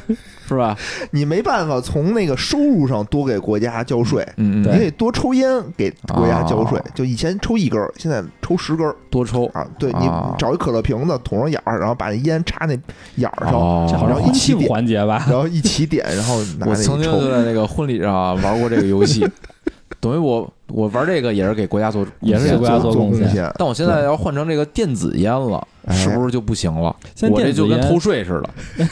S2: 是吧？
S1: 你没办法从那个收入上多给国家交税，
S2: 嗯嗯，
S1: 你得多抽烟给国家交税
S3: 哦
S2: 啊。
S1: 就以前抽一根儿，现在抽十根儿
S2: 多抽。
S1: 啊！对你
S2: 啊
S3: 哦
S1: 找一可乐瓶子捅上眼儿，然后把那烟插那眼儿上，
S2: 哦
S3: 这好
S1: 然
S3: 像
S1: 后一
S3: 婚
S1: 起
S3: 庆
S1: 点
S3: 环节吧？
S1: 然后一起点，然后拿
S2: 我
S1: 那
S2: 曾
S1: 一
S2: 经
S1: 抽
S2: 啊
S1: <laughs>
S2: 就。在那个婚礼上玩过这个游戏，等于我我玩这个也是给国家做
S3: 也是给国家做贡
S1: 贡
S3: 献
S1: 献。
S2: 但我现在要换成这个电子烟了，
S1: 哎
S2: 是不是就不行了？
S3: 现在
S2: 我这
S3: 电子
S2: 就
S3: 烟
S2: 跟偷税似的。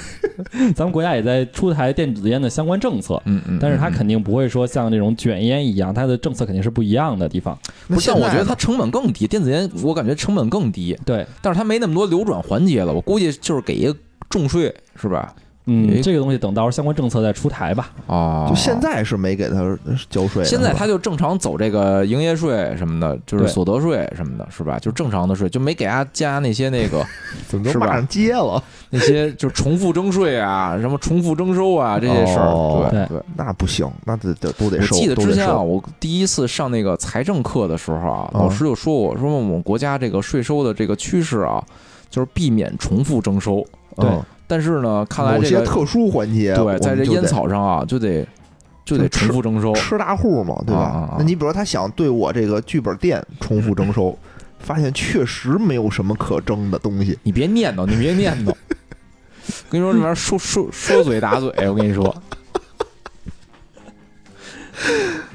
S3: 咱们国家也在出台电子烟的相关政策，
S2: 嗯嗯，
S3: 但是它
S2: 嗯
S3: 肯定不会说像这种卷烟一样，它的政策肯定是不一样的地方。
S1: 那
S2: 不是，
S1: 现
S2: 但我觉
S1: 在
S2: 得
S1: 呢
S2: 它成本更低，电子烟我感觉成本更低，
S3: 对，
S2: 但是它没那么多流转环节了，我估计就是给一个重税是吧？
S3: 嗯，
S2: 诶
S3: 这个东西等到时候相关政策再出台吧。
S2: 啊，
S1: 就现在是没给他交税的，
S2: 现在
S1: 是吧
S2: 他就正常走这个营业税什么的，就是
S3: 对
S2: 所得税什么的，是吧？就正常的税，就没给他加那些那个
S1: 怎么
S2: 是
S1: 都
S2: 吧
S1: 骂上街了？
S2: 那些就是重复征税啊，什么重复征收啊这些事儿。
S1: 哦
S2: 对
S3: 对
S2: 对，
S1: 那不行，那得得都得
S2: 我
S1: 收，
S2: 记得
S1: 都
S2: 之
S1: 得
S2: 前啊，
S1: 收。
S2: 我第一次上那个财政课的时候啊，
S1: 嗯
S2: 老师就说我说我们国家这个税收的这个趋势啊，就是避免重复征收。
S3: 对
S1: 嗯
S2: 但是呢，看来
S1: 某
S2: 这
S1: 些
S2: 个
S1: 特殊环节，我
S2: 对，
S1: 们
S2: 在这
S1: 就
S2: 烟
S1: 得
S2: 草上啊，就得就得
S1: 就吃
S2: 重复征收。
S1: 吃大户嘛，对吧？
S2: 啊啊啊
S1: 那你比如说他想对我这个剧本店重复征
S2: <laughs>
S1: 收，发现确实没有什么可争的东西，
S2: 你别念叨，你别念
S1: <laughs>
S2: 叨。跟你说，这玩意儿说说说嘴打嘴，
S1: <laughs>
S2: 我跟你说。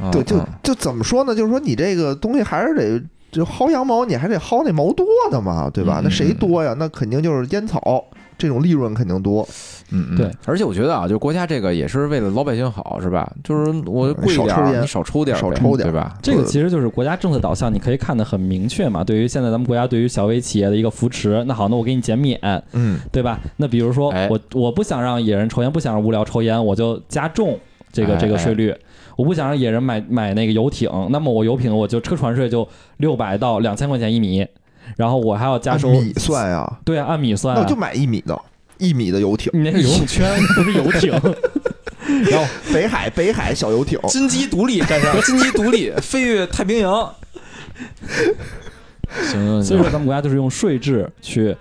S2: 嗯
S1: 对，就
S2: 嗯
S1: 就怎么说呢？就是说你这个东西还是得。就薅羊毛，你还得薅那毛多的嘛，对吧
S2: 嗯？
S1: 那谁
S2: 嗯
S1: 多呀？那肯定就是烟草这种利润肯定多，
S2: 嗯嗯，
S3: 对。
S2: 而且我觉得啊，就国家这个也是为了老百姓好，是吧？就是我贵一
S1: 嗯少
S2: 点
S1: 抽
S2: 儿，
S1: 烟
S2: 你少抽点儿呗，
S1: 少抽点儿
S2: 对吧？
S3: 这
S1: 呃
S3: 个其实就是国家政策导向，你可以看得很明确嘛。对于现在咱们国家对于小微企业的一个扶持，那好，那我给你减免，
S1: 嗯，
S3: 对吧？那比如说
S2: 哎
S3: 我我不想让野人抽烟，不想让无聊抽烟，我就加重这个
S2: 哎
S3: 这个税率。我不想让野人买买那个游艇，那么我游艇我就车船税就六百到两千块钱一米，然后我还要加
S1: 按
S3: 收
S1: 米算呀，
S3: 对啊，按米算
S1: 那
S3: 啊、
S1: 我就买一米的，一米的游艇，
S3: 你那是游泳
S1: <laughs>
S3: 圈，不是游艇。然后
S1: 北海北海小游艇，
S2: 金鸡独立，干
S1: <laughs>
S2: 上金鸡独立，飞越太平
S3: <laughs>
S2: 洋。行行
S3: 所以说，
S2: 行，
S3: 咱们国家就是用税制去，
S2: 嗯啊啊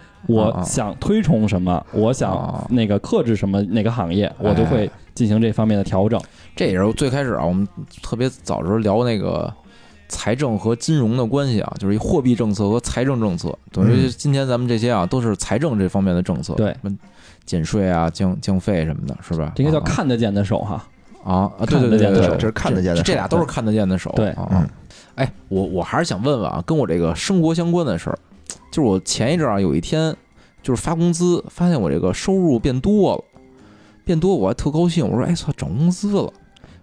S3: 我想推崇什么，我
S2: 啊哎
S3: 想那个克制什么哪个行业，我就会进行这方面的调整。
S2: 这也是最开始啊，我们特别早时候聊那个财政和金融的关系啊，就是一货币政策和财政政策，等于
S1: 嗯
S2: 今天咱们这些啊都是财政这方面的政策，
S3: 对
S2: 什么减税啊、降降费什么的，是吧？
S3: 这应该叫
S2: 啊
S3: 看得见的手哈。
S2: 啊啊，对对
S3: 看得
S2: 对
S3: 见
S2: 对对
S3: 的手，
S1: 这是看得见的
S2: 这俩
S1: 手
S2: 都是看得见的手。
S3: 对
S2: 啊
S1: 嗯
S2: 哎，我我还是想问问啊，跟我这个生活相关的事儿，就是我前一阵儿啊，有一天就是发工资，发现我这个收入变多了，变多我还特高兴，我说哎操，涨工资了。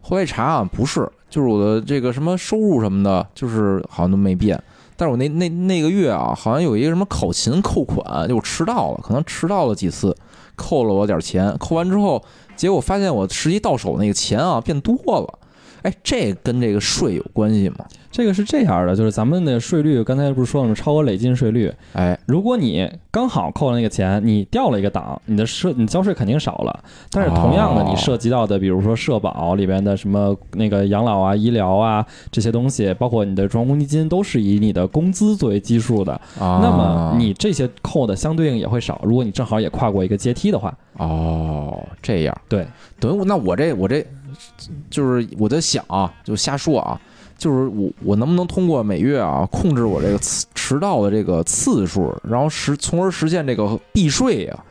S2: 后来一查啊，不是，就是我的这个什么收入什么的，就是好像都没变。但是我那那那个月啊，好像有一个什么考勤扣款，就我迟到了，可能迟到了几次，扣了我点儿钱。扣完之后，结果发现我实际到手那个钱啊变多了。哎，这跟这个税有关系吗？
S3: 这个是这样的，就是咱们的税率，刚才不是说了吗？超额累进税率，
S2: 哎，
S3: 如果你刚好扣了那个钱，你掉了一个档，你的社你交税肯定少了。但是同样的，
S2: 哦
S3: 你涉及到的，比如说社保里边的什么那个养老啊、医疗啊这些东西，包括你的主劳公积金，都是以你的工资作为基数的。
S2: 啊
S3: 那么你这些扣的相对应也会少。如果你正好也跨过一个阶梯的话，
S2: 哦，这样
S3: 对，
S2: 等于我那我这我这就是我在想啊，就瞎说啊，就是我我能不能通过每月啊控制我这个次迟到的这个次数，然后实从而实现这个避税呀、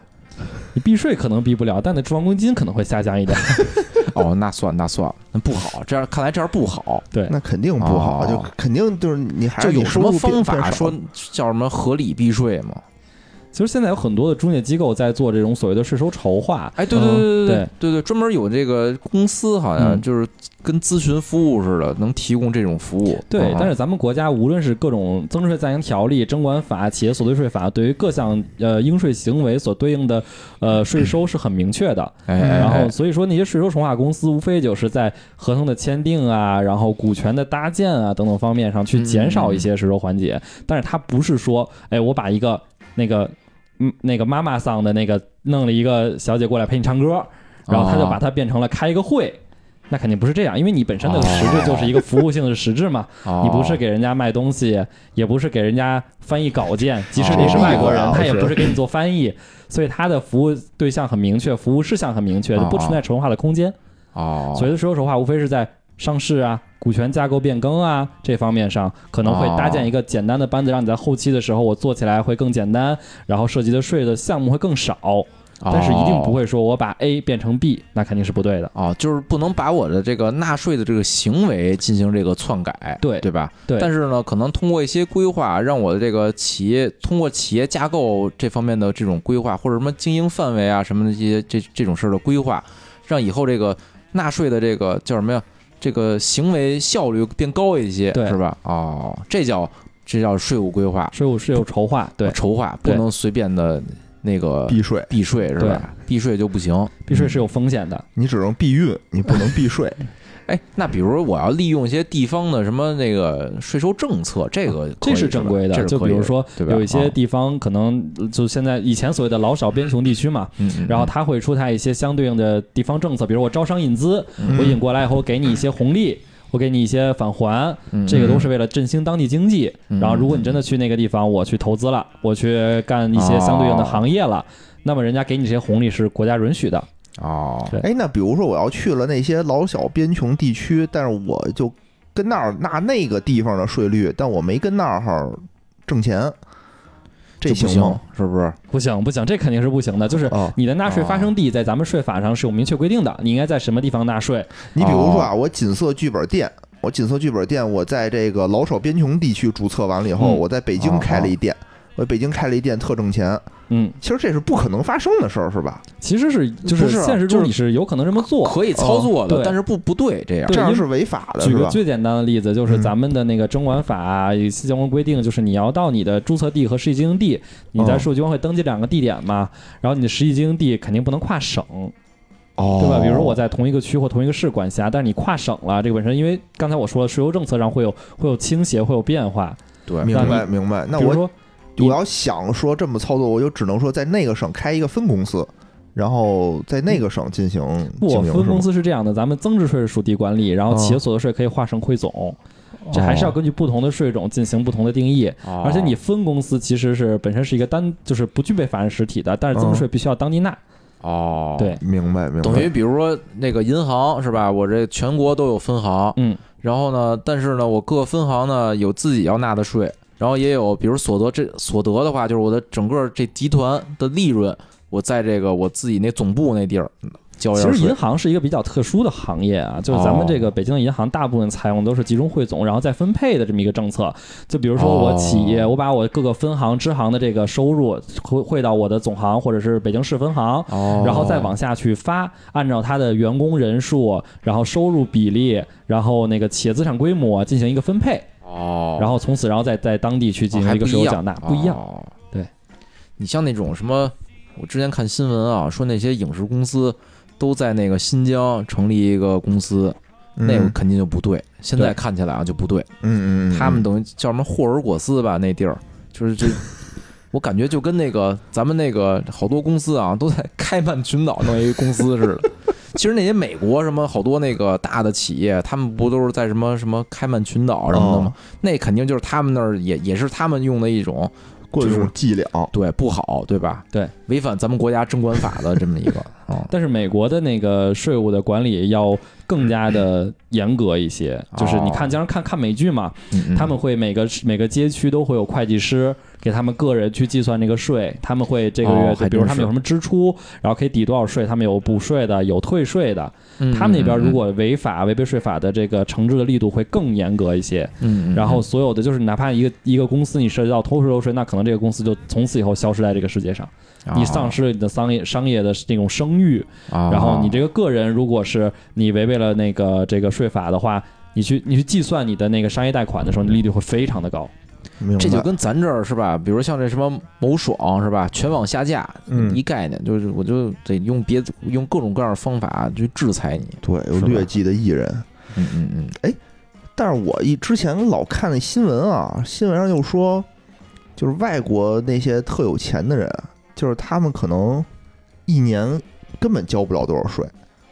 S3: 你避税可能避不了，但你的主劳公积金可能会下降一点。 <laughs>
S2: 哦，那算那算，那不好，这样看来这样不好。
S3: 对，
S1: 那肯定不好，
S2: 哦
S1: 就肯定就是你还
S2: 就是有
S1: 你
S2: 什
S1: 收
S2: 么
S1: 入
S2: 方
S1: 变
S2: 法
S1: 变少
S2: 说叫什么合理避税吗？
S3: 其实现在有很多的中介机构在做这种所谓的税收筹划。
S2: 哎，对对
S3: 嗯
S2: 对
S3: 对
S2: 对对对，专门有这个公司，好像
S3: 嗯
S2: 就是跟咨询服务似的，能提供这种服务。
S3: 对
S2: 啊，
S3: 但是咱们国家无论是各种增值税暂行条例、征管法、企业所得税法，对于各项呃应税行为所对应的呃税收是很明确的。
S2: 哎，哎
S3: 然后，
S2: 哎
S3: 所以说那些税收重划公司，无非就是在合同的签订啊，然后股权的搭建啊等等方面上去减少一些税收环节，但是它不是说，哎，我把一个那个嗯那个妈妈桑的那个弄了一个小姐过来陪你唱歌，然后他就
S2: 啊
S3: 把它变成了开一个会。那肯定不是这样，因为你本身的实质就是一个服务性的实质嘛，
S2: 哦
S3: 你不是给人家卖东西，也不是给人家翻译稿件，即使你是外国人，
S1: 哦
S3: 他也
S1: 是
S3: 不是给你做翻译，所以他的服务对象很明确，服务事项很明确，
S2: 哦
S3: 就不存在重化的空间。
S2: 哦，
S3: 所谓的说实话，无非是在上市啊、股权架构变更啊这方面上，可能会搭建一个简单的班子，让你在后期的时候我做起来会更简单，然后涉及的税的项目会更少。但是一定不
S2: 会
S3: 会说我把 A 变成 B，那肯定是不对的。
S2: 哦，就是不能把我的这个纳税的这个行为进行这个篡改，
S3: 对
S2: 对吧？
S3: 对
S2: 但是呢，可能通过一些规划，让我的这个企业通过企业架构这方面的这种规划，或者什么经营范围啊什么的这些这这种事儿的规划，让以后这个纳税的这个叫什么呀？这个行为效率变高一些，
S3: 对
S2: 是吧？哦，这叫这叫税务规划，
S3: 税务税务筹划，对，
S2: 筹划不
S3: 对
S2: 能随便的那个
S1: 避税，
S2: 避税是吧？避税就不行。
S3: 避税是有风险的。
S1: 你只能避孕，你不能避
S2: <laughs>
S1: 税。
S2: 哎，那比如我要利用一些地方的什么那个税收政策，这个可以
S3: 这是正规
S2: 吧
S3: 的，
S2: 这是
S3: 就
S2: 可以
S3: 比如说
S2: 对吧
S3: 有一些
S2: 啊
S3: 地方可能呃就现在以前所谓的老少边穷地区嘛，
S2: 嗯嗯
S3: 然后它会出台一些相对应的地方政策，比如我招商引资，
S2: 嗯
S3: 我引过来以后给你一些红利，我给你一些返还，
S2: 嗯
S3: 这个都是为了振兴当地经济。
S2: 嗯
S3: 然后如果你真的去那个地方，我去投资了，我去干一些相对应的行业
S2: 啊
S3: 了，那么人家给你这些红利是国家允许的。
S2: 哦，
S3: 对
S1: 哎，那比如说我要去了那些老小边穷地区，但是我就跟那儿纳那个地方的税率，但我没跟那儿挣钱，这
S2: 不
S1: 行吗
S2: 行？是不是？
S3: 不行不行，这肯定是不行的。就是
S1: 啊，
S3: 你的纳税发生地在咱们税法上是有明确规定
S2: 啊
S3: 的，你应该在什么地方纳税。
S1: 你比如说
S3: 哦
S1: 啊，我锦瑟剧本店，我锦瑟剧本店，我在这个老少边穷地区注册完了以后，
S3: 嗯哦
S1: 我在北京开了一店，我在北京开了一店特挣钱，
S3: 嗯，
S1: 其实这是不可能发生的事儿，是吧？
S3: 其实是就
S2: 不
S3: 是
S2: 是啊
S3: 现实
S2: 就
S3: 中
S2: 是
S3: 你是有可能这么做。
S2: 可以操作的，
S3: 对
S2: 但是不不哦对，啊这样
S3: 对
S1: 这样
S3: 因为
S1: 是违法的，
S3: 举
S1: 是
S3: 个
S1: 吧？
S3: 最简单的例子，就是
S1: 嗯
S3: 咱们的那个征管法啊有相关规定，就是你要到你的注册地和实际经营地，你在
S1: 嗯
S3: 税务局会登记两个地点嘛，然后你的实际经营地肯定不能跨省，
S1: 哦
S3: 对吧？比如说我在同一个区或同一个市管辖，但是你跨省了，这个本身因为刚才我说了，税收政策上会有会有倾斜，会有变化。
S2: 对
S1: 明
S3: 那
S1: 白明白，那
S3: 比如
S1: 我
S3: 说
S1: 我要想说这么操作，我就只能说在那个省开一个分公司，然后在那个省进行
S3: 不，
S1: 经营，
S3: 分
S1: 是
S3: 公
S1: 吗？
S3: 司是这样的，咱们增值税是属地管理，然后企业
S1: 哦
S3: 所得税可以划省汇总，这还是要根据不同的税种进行不同的定义。
S2: 哦
S3: 而且你分公司其实是本身是一个单，就是不具备法人实体的，但
S2: 嗯
S3: 是增值税必须要当地纳。
S2: 哦，
S3: 对，
S1: 明白明白，
S2: 等于比如说那个银行是吧？我这全国都有分行，
S3: 嗯，
S2: 然后呢，但是呢，我各分行呢有自己要纳的税，然后也有比如所得这所得的话，就是我的整个这集团的利润，我在这个我自己那总部那地儿嗯交一下
S3: 其实
S2: 税
S3: 银行是一个比较特殊的行业啊，就是咱们这个北京的银行大部分采用都是集中汇总，然后再分配的这么一个政策。就比如说我企业，
S2: 哦
S3: 我把我各个分行、支行的这个收入汇汇到我的总行或者是北京市分行，
S2: 哦，
S3: 然后再往下去发，按照它的员工人数，然后收入比例，然后那个企业资产规模进行一个分配，
S2: 哦，
S3: 然后从此然后再在当地去
S2: 哦
S3: 进行
S2: 还
S3: 一个
S2: 不
S3: 税
S2: 一
S3: 务
S2: 样
S3: 缴纳，不一样。
S2: 哦
S3: 对，
S2: 你像那种什么，我之前看新闻啊，说那些影视公司都在那个新疆成立一个公司，
S1: 嗯
S2: 那个肯定就不对。现在
S3: 对
S2: 看起来啊就不对，
S1: 嗯嗯嗯，
S2: 他们等于叫什么霍尔果斯吧，那地儿 <laughs> 就是这。我感觉就跟那个咱们那个好多公司啊，都在开曼群岛弄一公司似的。 <laughs> 其实那些美国什么好多那个大的企业，他们不都是在什么什么开曼群岛什么的吗？
S3: 哦
S2: 那肯定就是他们那儿也也是他们用的一种
S1: 各
S2: 就是
S1: 种伎俩，
S2: 对不好，对吧？
S3: 对，
S2: 违反咱们国家征管法的这么一个啊，
S3: 但是美国的那个税务的管理要更加的严格一些，就是你看，经常看看美剧嘛，
S2: 哦嗯
S3: 他们会每个每个街区都会有会计师给他们个人去计算这个税，他们会这个
S2: 哦
S3: 月
S2: 还
S3: 就比如
S2: 真
S3: 他们有
S2: 是
S3: 什么支出，然后可以抵多少税，他们有补税的，有退税的。
S2: 嗯
S3: 他们那边如果违法违背税法的这个惩治的力度会更严格一些，
S2: 嗯，嗯
S3: 然后所有的就是哪怕一个一个公司你涉及到偷税漏税，那可能这个公司就从此以后消失在这个世界上，
S2: 哦
S3: 你丧，失了你的商业商业的这种声誉，
S2: 啊
S3: 然后你这个个人，如果是你违背了那个这个税法的话，你去你去计算你的那个商业贷款的时候，你利率会非常的高。
S1: 明白
S2: 这就跟咱这儿是吧？比如像这什么某爽是吧，全网下架，
S1: 嗯
S2: 一概念就是我就得用别用各种各样的方法去制裁你，
S1: 对有
S2: 是吧
S1: 劣迹的艺人。
S2: 嗯嗯嗯，
S1: 但是我一之前老看那新闻啊，新闻上又说，就是外国那些特有钱的人，就是他们可能一年根本交不了多少税。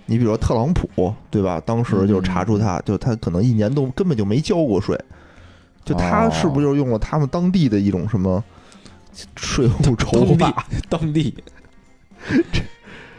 S1: 你比如说特朗普，对吧？当时就查出他，就他可能一年都根本就没交过税，就他
S2: 哦
S1: 是不是就是用了他们当地的一种什么税务筹
S2: 当地
S1: 划？
S2: 当地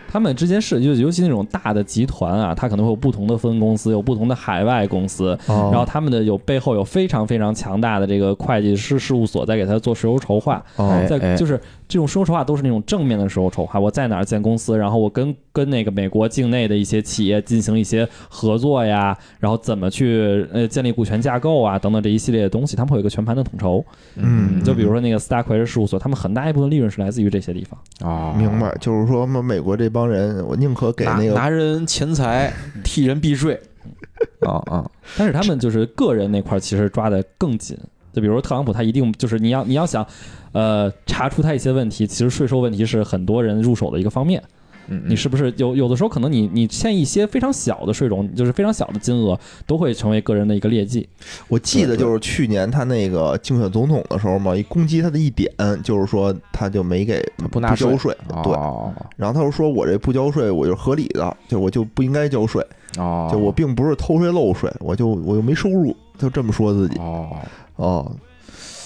S3: 他们之间是就尤其那种大的集团啊，它可能会有不同的分公司，有不同的海外公司，
S1: 哦
S3: 然后他们的有背后有非常非常强大的这个会计师事务所在给他做税收筹划，
S1: 哦
S3: 在就是这种说实话都是那种正面的时候筹划。我在哪儿建公司，然后我跟跟那个美国境内的一些企业进行一些合作呀，然后怎么去呃建立股权架构啊等等这一系列的东西，他们会有一个全盘的统筹。
S1: 嗯，
S3: 就比如说那个斯达奎尔事务所，他们很大一部分利润是来自于这些地方。
S2: 啊，
S1: 明白，就是说嘛，美国这帮人，我宁可给
S2: 拿
S1: 那个
S2: 拿人钱财替人避 <laughs> 税。啊啊，
S3: 但是他们就是个人那块儿其实抓的更紧。就比如说特朗普，他一定就是你要你要想，呃，查出他一些问题，其实税收问题是很多人入手的一个方面。
S2: 嗯，嗯
S3: 你是不是有有的时候可能你你欠一些非常小的税种，就是非常小的金额，都会成为个人的一个劣迹。
S1: 我记得就是去年他那个竞选总统的时候嘛，一攻击他的一点就是说他就没给
S2: 他不纳
S1: 交
S2: 税
S1: 税，对。
S2: 哦
S1: 然后他又说我这不交税我就是合理的，就我就不应该交税，
S2: 哦，
S1: 就我并不是偷税漏税，我就我又没收入，就这么说自己
S2: 哦，
S1: 哦，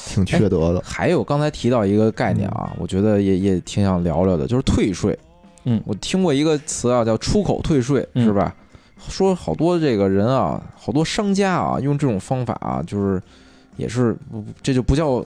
S1: 挺缺德的。
S2: 还有刚才提到一个概念啊，我觉得也也挺想聊聊的，就是退税。
S3: 嗯
S2: 我听过一个词啊，叫出口退税，
S3: 嗯
S2: 是吧？说好多这个人啊，好多商家啊，用这种方法啊，就是也是不这就不叫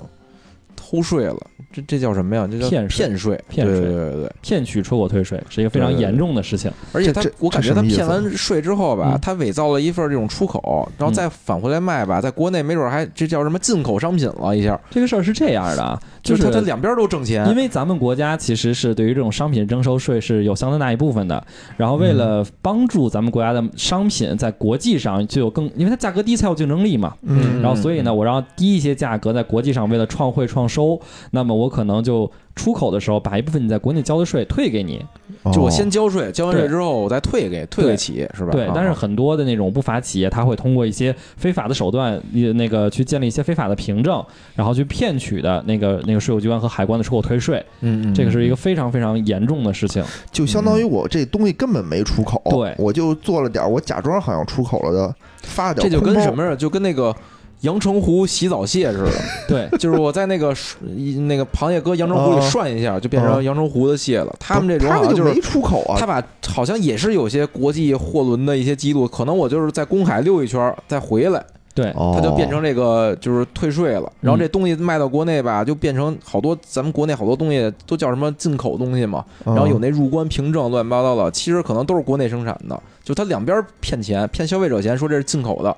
S2: 偷税了，这这叫什么呀？这叫
S3: 骗税
S2: 骗税，
S3: 骗税
S2: 对对对对。
S3: 骗取出口退税是一个非常
S2: 对对对
S3: 严重的事情。
S2: 而且他
S1: 这这，
S2: 我感觉
S1: 这
S2: 他
S1: 什么意思
S2: 骗完税之后吧
S3: 嗯，
S2: 他伪造了一份这种出口，然后再返回来卖吧，在国内没准还这叫什么进口商品了一下，
S3: 这个事儿是这样的啊，
S2: 就是是他他两边都挣钱
S3: 因，为咱们国家其实是对于这种商品征收税是有相当大一部分的，然后为了帮助咱们国家的商品在国际上具有更，因为它价格低才有竞争力嘛。
S2: 嗯
S3: 然后所以呢，我让低一些价格在国际上为了创汇创收，那么我可能就出口的时候把一部分你在国内交的税退给你。
S2: 哎就我
S1: 哦
S2: 先交税，交完税之后我再退给退给企业，是吧？
S3: 对
S2: 啊，
S3: 但是很多的那种不法企业，他会通过一些非法的手段，呃那个去建立一些非法的凭证，然后去骗取的那个那个税务机关和海关的出口退税，
S2: 嗯嗯，
S3: 这个是一个非常非常严重的事
S2: <laughs>
S3: 情。
S1: 就相当于我这东西根本没出口，
S3: 对
S1: 我就做了点儿我假装好像出口了的，发了点
S2: 这
S1: 儿
S2: 就
S1: 空包
S2: 跟什么似的，就跟那个阳澄湖洗澡蟹似的，
S3: 对，
S2: 就是我在那个水一那个螃蟹搁阳澄湖里
S1: 啊
S2: 涮一下，就变成阳澄湖的蟹了。哦他们这种
S1: 他
S2: 好
S1: 们
S2: 像
S1: 就是没。出口啊
S2: 他，把好像也是有些国际货轮的一些记录，可能我就是在公海溜一圈儿再回来，
S3: 对，
S1: 他
S2: 它就变成这个就是退税了。然后
S3: 嗯
S2: 这东西卖到国内吧，就变成好多咱们国内好多东西都叫什么进口东西嘛，
S1: 然
S2: 然后有那入关凭证乱七八糟的，其实可能都是国内生产的，就他两边骗钱，骗消费者钱说这是进口的，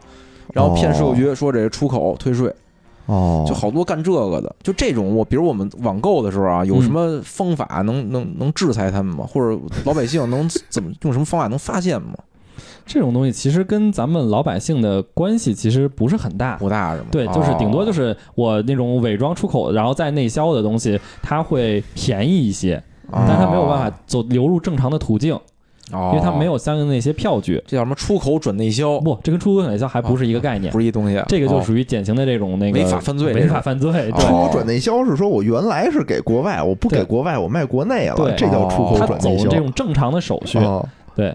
S2: 然后骗税务局说这是出口退税，
S1: 哦，
S2: 就好多干这个的。就这种我，比如我们网购的时候
S1: 嗯
S2: 啊，有什么方法能能能制裁他们吗？或者老百姓能怎么用什么方法能发现吗？
S3: 这种东西其实跟咱们老百姓的关系其实不是很大。
S2: 不大是吗？
S3: 对，
S1: 哦
S3: 就是顶多就是是我那种伪装出口，然后再内销的东西，它会便宜一些，
S2: 哦
S3: 但是它没有办法走流入正常的途径，
S2: 法
S3: 因为它没
S2: 有
S3: 有相应的一些票据。
S2: 哦这叫什么出口转内销，
S3: 不，这跟出口转内销还不是一个概念
S2: 不，是一东西，
S3: 这个就
S2: 哦
S3: 属于典型的这种那个
S2: 违法犯罪
S3: 违法犯罪。
S1: 出
S2: 哦
S3: 对，
S1: 口转内销是说我原来是给国外，我不给
S3: 对
S1: 国外，我卖国内了
S3: 对，
S1: 这叫出口
S3: 它
S1: 转
S3: 走
S1: 内销。
S3: 这种正常的手续。
S1: 哦
S3: 哎，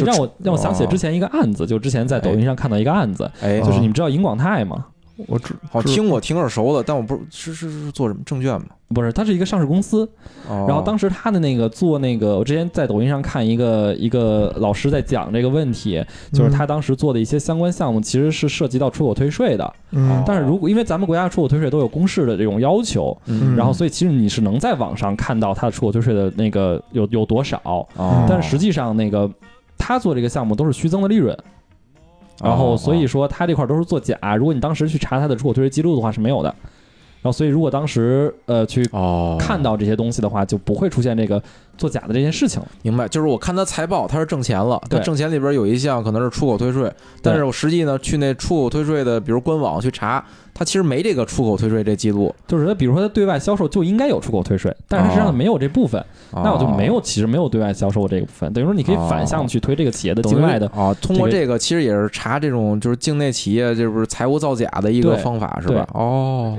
S2: 就
S3: 让我让我想起
S2: 哦
S3: 之前一个案子，就之前在抖音上看到一个案子，
S2: 哎，
S1: 哦
S3: 就是你们知道尹广泰吗？
S1: 我知
S2: 好
S1: 知
S2: 听我挺耳熟的，但我不是是是是做什么证券吗？哦
S3: 不是，它是一个上市公司，
S2: 然
S3: 然后当时他的那个做那个，我之前在抖音上看一个一个老师在讲这个问题，
S2: 嗯
S3: 就是他当时做的一些相关项目其实是涉及到出口退税的。
S1: 嗯
S2: 哦
S3: 但是如果因为咱们国家出口退税都有公示的这种要求，
S1: 嗯
S3: 然后所以其实你是能在网上看到他的出口退税的那个有有多少，
S2: 哦
S3: 但是实际上那个他做这个项目都是虚增的利润。然
S2: 哦
S3: 后所以说他这块儿都是作假，如果你当时去查他的出口退税记录的话是没有的。然后所以如果当时呃去
S2: 哦
S3: 看到这些东西的话，就不会出现这个作假的这件事情了。
S2: 明白，就是我看他财报，他是挣钱了，他
S3: 对
S2: 挣钱里边有一项可能是出口退税，但是我实际呢去那出口退税的，比如官网去查，他其实没这个出口退税这记录，
S3: 就是他，比如说他对外销售就应该有出口退税，但是
S2: 哦
S3: 他身上没有这部分，那我就没有，其实没有对外销售这个部分。等于说，你可以反向去推这个企业的
S2: 哦
S3: 境外的，
S2: 等于啊，通过这个其实也是查这种就是境内企业就是财务造假的一个
S3: 对
S2: 方法是吧？哦，哦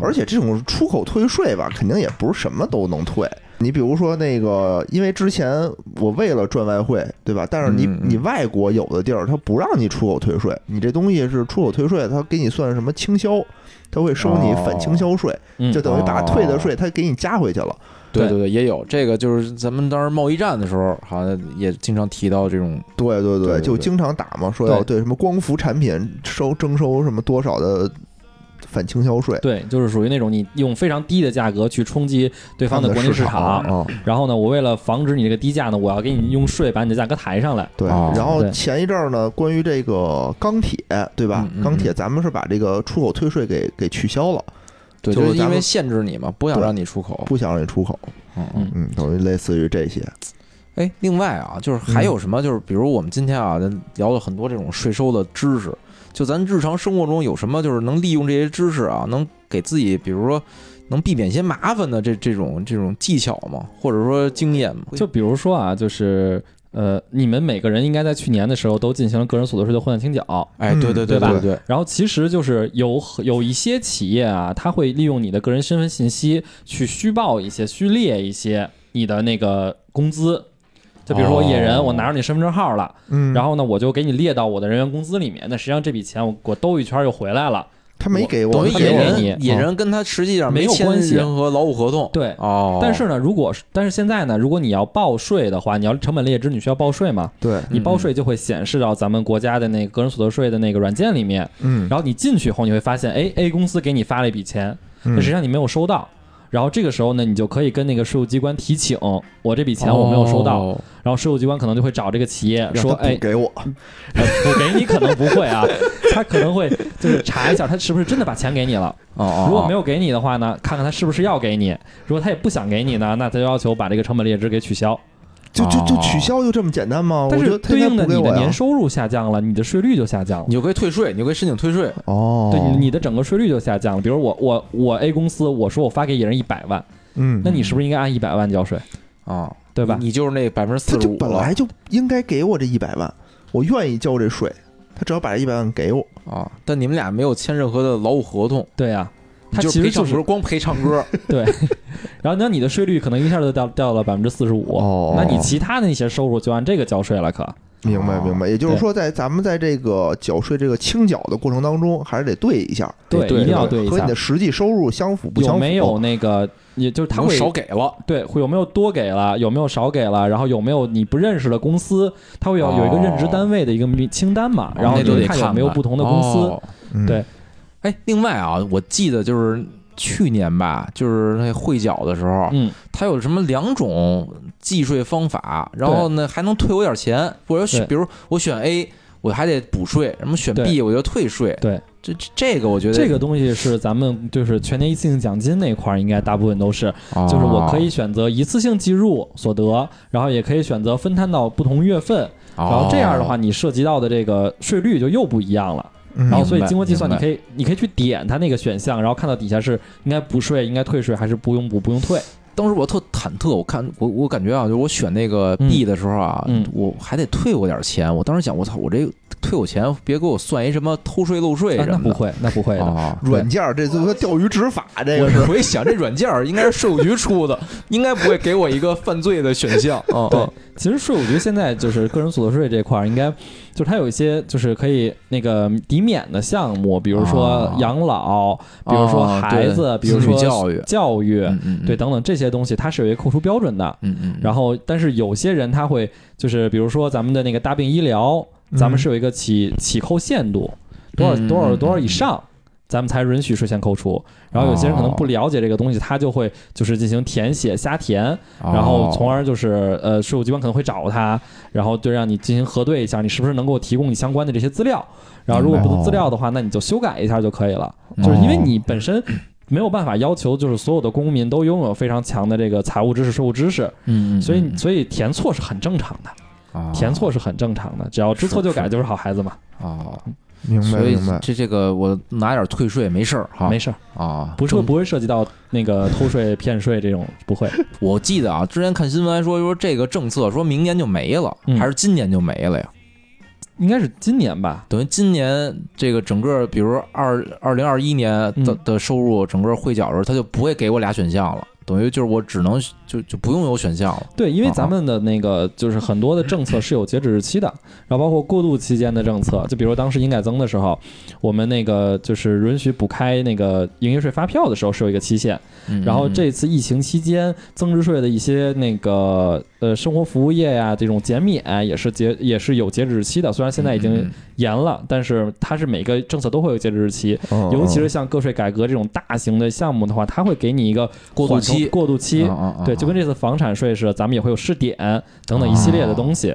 S1: 而且这种出口退税吧，肯定也不是什么都能退。你比如说那个，因为之前我为了赚外汇，对吧？但是你
S2: 嗯嗯
S1: 你外国有的地儿它不让你出口退税，你这东西是出口退税，它给你算什么倾销，他会收你反倾销税，
S3: 哦嗯
S1: 就等于把
S2: 哦
S1: 退的税他给你加回去了。
S2: 对对
S3: 对
S2: 对，也有这个，就是咱们当时贸易战的时候，好像也经常提到这种，
S1: 对对
S2: 对对
S1: 就经常打嘛，说要对什么光伏产品收征收什么多少的反倾销税，
S3: 对，就是属于那种你用非常低的价格去冲击对方的国内市
S2: 哦
S1: 啊
S3: 场，
S1: 啊，
S3: 然后呢，我为了防止你这个低价呢，我要给你用税把你的价格抬上来。
S1: 对。
S2: 哦
S1: 然后
S3: 对
S1: 前一阵儿呢，关于这个钢铁，对吧
S2: 嗯嗯？嗯
S1: 钢铁咱们是把这个出口退税给给取消了，
S3: 哦
S2: 对，
S1: 就
S2: 就是是因
S1: 咱
S2: 为
S1: 们
S2: 限制你嘛，不想
S1: 对
S2: 让你出口。
S1: 不想让你出口，
S2: 嗯嗯。
S1: 嗯，等于类似于这些。
S2: 哎，另外啊，就是
S3: 嗯
S2: 还有什么？就是比如我们今天啊，咱聊了很多这种税收的知识，就咱日常生活中有什么就是能利用这些知识啊，能给自己，比如说能避免一些麻烦的这这种这种技巧吗？或者说经验吗？
S3: 就比如说啊，就是呃，你们每个人应该在去年的时候都进行了个人所得税的混算清缴。
S2: 哎，对对
S3: 嗯对吧
S2: 对对，
S3: 然后其实就是有有一些企业啊，它会利用你的个人身份信息去虚报一些、虚列一些你的那个工资。就比如说我野人，
S2: 哦
S3: 我拿着你身份证号了，
S1: 嗯，
S3: 然后呢，我就给你列到我的人员工资里面。那实际上这笔钱我我兜一圈又回来了。
S1: 他没给我，
S2: 等于
S1: 他
S3: 也
S2: 野
S1: 给我
S3: 给
S2: 人
S3: 你
S2: 野
S3: 嗯
S2: 人跟他实际上
S3: 没有
S2: 签
S3: 关系
S2: 任何劳务合同。
S3: 对
S2: 哦，
S3: 但是呢，如果是但是现在呢，如果你要报税的话，你要成本列支，你需要报税嘛？
S1: 对，
S3: 你报
S2: 嗯
S3: 税就会显示到咱们国家的那个个人所得税的那个软件里面。
S1: 嗯，
S3: 然后你进去后，你会发现，哎，A 公司给你发了一笔钱，
S1: 嗯
S3: 但实际上你没有收到。然后这个时候呢，你就可以跟那个税务机关提请，我这笔钱我没有收到。
S2: 哦
S3: 然后税务机关可能就会找这个企业
S1: 让
S3: 说，
S1: 他
S3: 哎
S1: 不，给我，
S3: 呃补给你可能不会啊，他可能会就是查一下他是不是真的把钱给你了。
S2: 哦哦，
S3: 如果没
S2: 有
S3: 有给你的话呢，看看他是不是要给你。如果他也不想给你呢，那他就要求把这个成本列支给取消。
S1: 就就就
S2: 哦
S1: 取消，就这么简单吗？
S3: 但
S1: 哦我觉
S3: 是
S1: 得他
S3: 对
S1: 应该
S3: 应的
S1: 不给
S3: 你
S1: 我
S3: 的
S1: 呀
S3: 年。收入下降了，你的税率就下降了
S2: 你。就可以退税，你就可以申请退税。
S1: 哦，
S3: 对你，你的整个税率就下降了。比如我我我 A 公司，我说我发给一人一百万，
S1: 嗯，
S3: 那你是不是应该按一百万交税，
S2: 啊，
S3: 对吧？
S2: 你就是那百分之
S1: 他
S2: 四十
S1: 就
S2: 五啊
S1: 本来就应该给我这一百万，我愿意交这税，他只要把这一百万给我，
S2: 啊，但你们俩没有签任何的劳务合同，
S3: 对呀、它
S2: 就
S3: 其
S2: 陪
S3: 实就
S2: 唱
S3: 是
S2: 歌，光陪唱歌。
S3: 对。 <laughs> 然后那你的税率可能一下就掉掉了百分之四十五，
S1: 哦
S3: 那你其他的那些收入就按这个交税了，可
S1: 明白
S2: 哦
S1: 明白。也就是
S3: 对
S1: 说，在咱们在这个缴税这个清缴的过程当中，还是得对一下，
S3: 对
S2: 对
S3: 一定要
S1: 对
S3: 对一
S1: 和
S3: 下
S1: 你的，实际收入相符不相
S3: 有
S1: 符？
S3: 没有那个，也就是他
S2: <laughs> 他会哦
S3: 会
S2: 少给了，
S3: 对会有没有多给了，有没有少给了，然后有没有你不认识的公司，他会有有一个任职
S2: 哦
S3: 单位的一个名清单嘛，然后
S2: 那
S3: 你
S2: 就
S3: 就
S2: 得
S3: 看
S2: 看
S3: 有没有
S2: 看
S3: 不同的公司。
S2: 哦
S1: 嗯？
S3: 对
S2: 哎，另外啊，我记得就是去年吧，就是那会缴的时候，
S3: 嗯，
S2: 它有什么两种计税方法，然后呢还能退我点钱，或者选比如我选 A，我还得补税，什么选
S3: 对
S2: B 我就退税。
S3: 对，
S2: 这这这个我觉得
S3: 这个东西是咱们就是全年一次性奖金那块儿，应该大部分都是，
S2: 哦
S3: 就是我可以选择一次性计入所得，然后也可以选择分摊到不同月份，
S2: 哦，
S3: 然
S2: 然
S3: 后这样的话，你涉及到的这个税率就又不一样了。
S1: 嗯，
S3: 然后
S2: 明
S3: 所以
S2: 白
S3: 经过计算，你
S2: 明白
S3: 可以你可以去点它那个选项，然后看到底下是应该补税、应该退税，还是不用补、不用退。
S2: 当时我特忐忑，我看我我感觉啊，就是我选那个 B 的时候啊，
S3: 嗯嗯
S2: 我还得退我点钱。我当时想，我操，我这退我钱，别给我算一什么偷税漏税
S3: 啊
S2: 什
S3: 那
S2: 么
S3: 不
S2: 的。
S3: 会，那不会的。
S2: 啊，
S1: 软件儿这就和钓鱼执法这
S2: 我
S1: 个是。
S2: 我一想，这软件儿应该是税务局出 <laughs> 的，应该不会给我一个犯罪的选
S3: <laughs>
S2: 项。啊，
S3: 对，其实税务局现在就是个人所得税这块儿，应该就是它有一些就是可以那个抵免的项目，比如说
S2: 哦
S3: 养老，比如说
S2: 哦
S3: 孩
S2: 对
S3: 子，比如
S2: 子女
S3: 说
S2: 教育
S3: 教育，
S2: 嗯嗯，
S3: 对，等等这些东西，它是有一个扣除标准的。
S2: 嗯嗯，
S3: 然后，但是有些人他会就是，比如说咱们的那个大病医疗，咱们是有一个起起扣限度，多少
S2: 嗯
S3: 多少
S2: 嗯
S3: 多少
S2: 嗯
S3: 以上，咱们才允许税前扣除。然后有些人可能
S2: 哦
S3: 不了解这个东西，他就会就是进行填写瞎填，
S2: 后
S3: 然后从
S2: 哦
S3: 而就是呃，税务机关可能会找他，然后就让你进行核对一下，你是不是能给我提供你相关的这些资料。然后如果不能资料的话，那你就修改一下就可以了。就是因为你本身没有办法要求，就是所有的公民都拥有非常强的这个财务知识、税务知识，
S2: 嗯，嗯哦
S3: 所以所以填错是很正常的，填错是很正常的，只要知错就改就是好孩子嘛，
S2: 啊，
S1: 明白
S2: 所以
S1: 明白。
S2: 这这个我拿点退税没事儿哈，
S3: 没事儿，
S2: 啊，
S3: 不是不会涉及到那个偷税、骗税这种，不会。
S2: 我记得啊，之前看新闻说说这个政策说明年就没了，
S3: 嗯
S2: 还是今年就没了呀？
S3: 应该是今年吧，
S2: 等于今年这个整个，比如二二零二一年的
S3: 嗯
S2: 的收入，整个汇缴的时候，他就不会给我俩选项了，等于就是我只能就就不用有选项了。
S4: 对，因为
S2: 啊
S4: 咱们的那个就是很多的政策是有截止日期的，然后包括过渡期间的政策，就比如当时营改增的时候，我们那个就是允许补开那个营业税发票的时候是有一个期限，
S2: 嗯
S4: 然后这次疫情期间增值税的一些那个呃生活服务业呀、这种减免啊也是截也是有截止日期的，虽然现在已
S2: 嗯
S4: 经严了，但是它是每个政策都会有截止日期，
S2: 哦
S1: 嗯
S4: 尤其是像个税改革这种大型的项目的话，它会给你一个
S2: 过渡
S4: 缓冲
S2: 期
S4: 过渡
S2: 啊嗯
S4: 期，对，就跟
S2: 这
S4: 这次房产税似的，咱们也会有试点等等一系列的东
S1: 啊
S4: 西。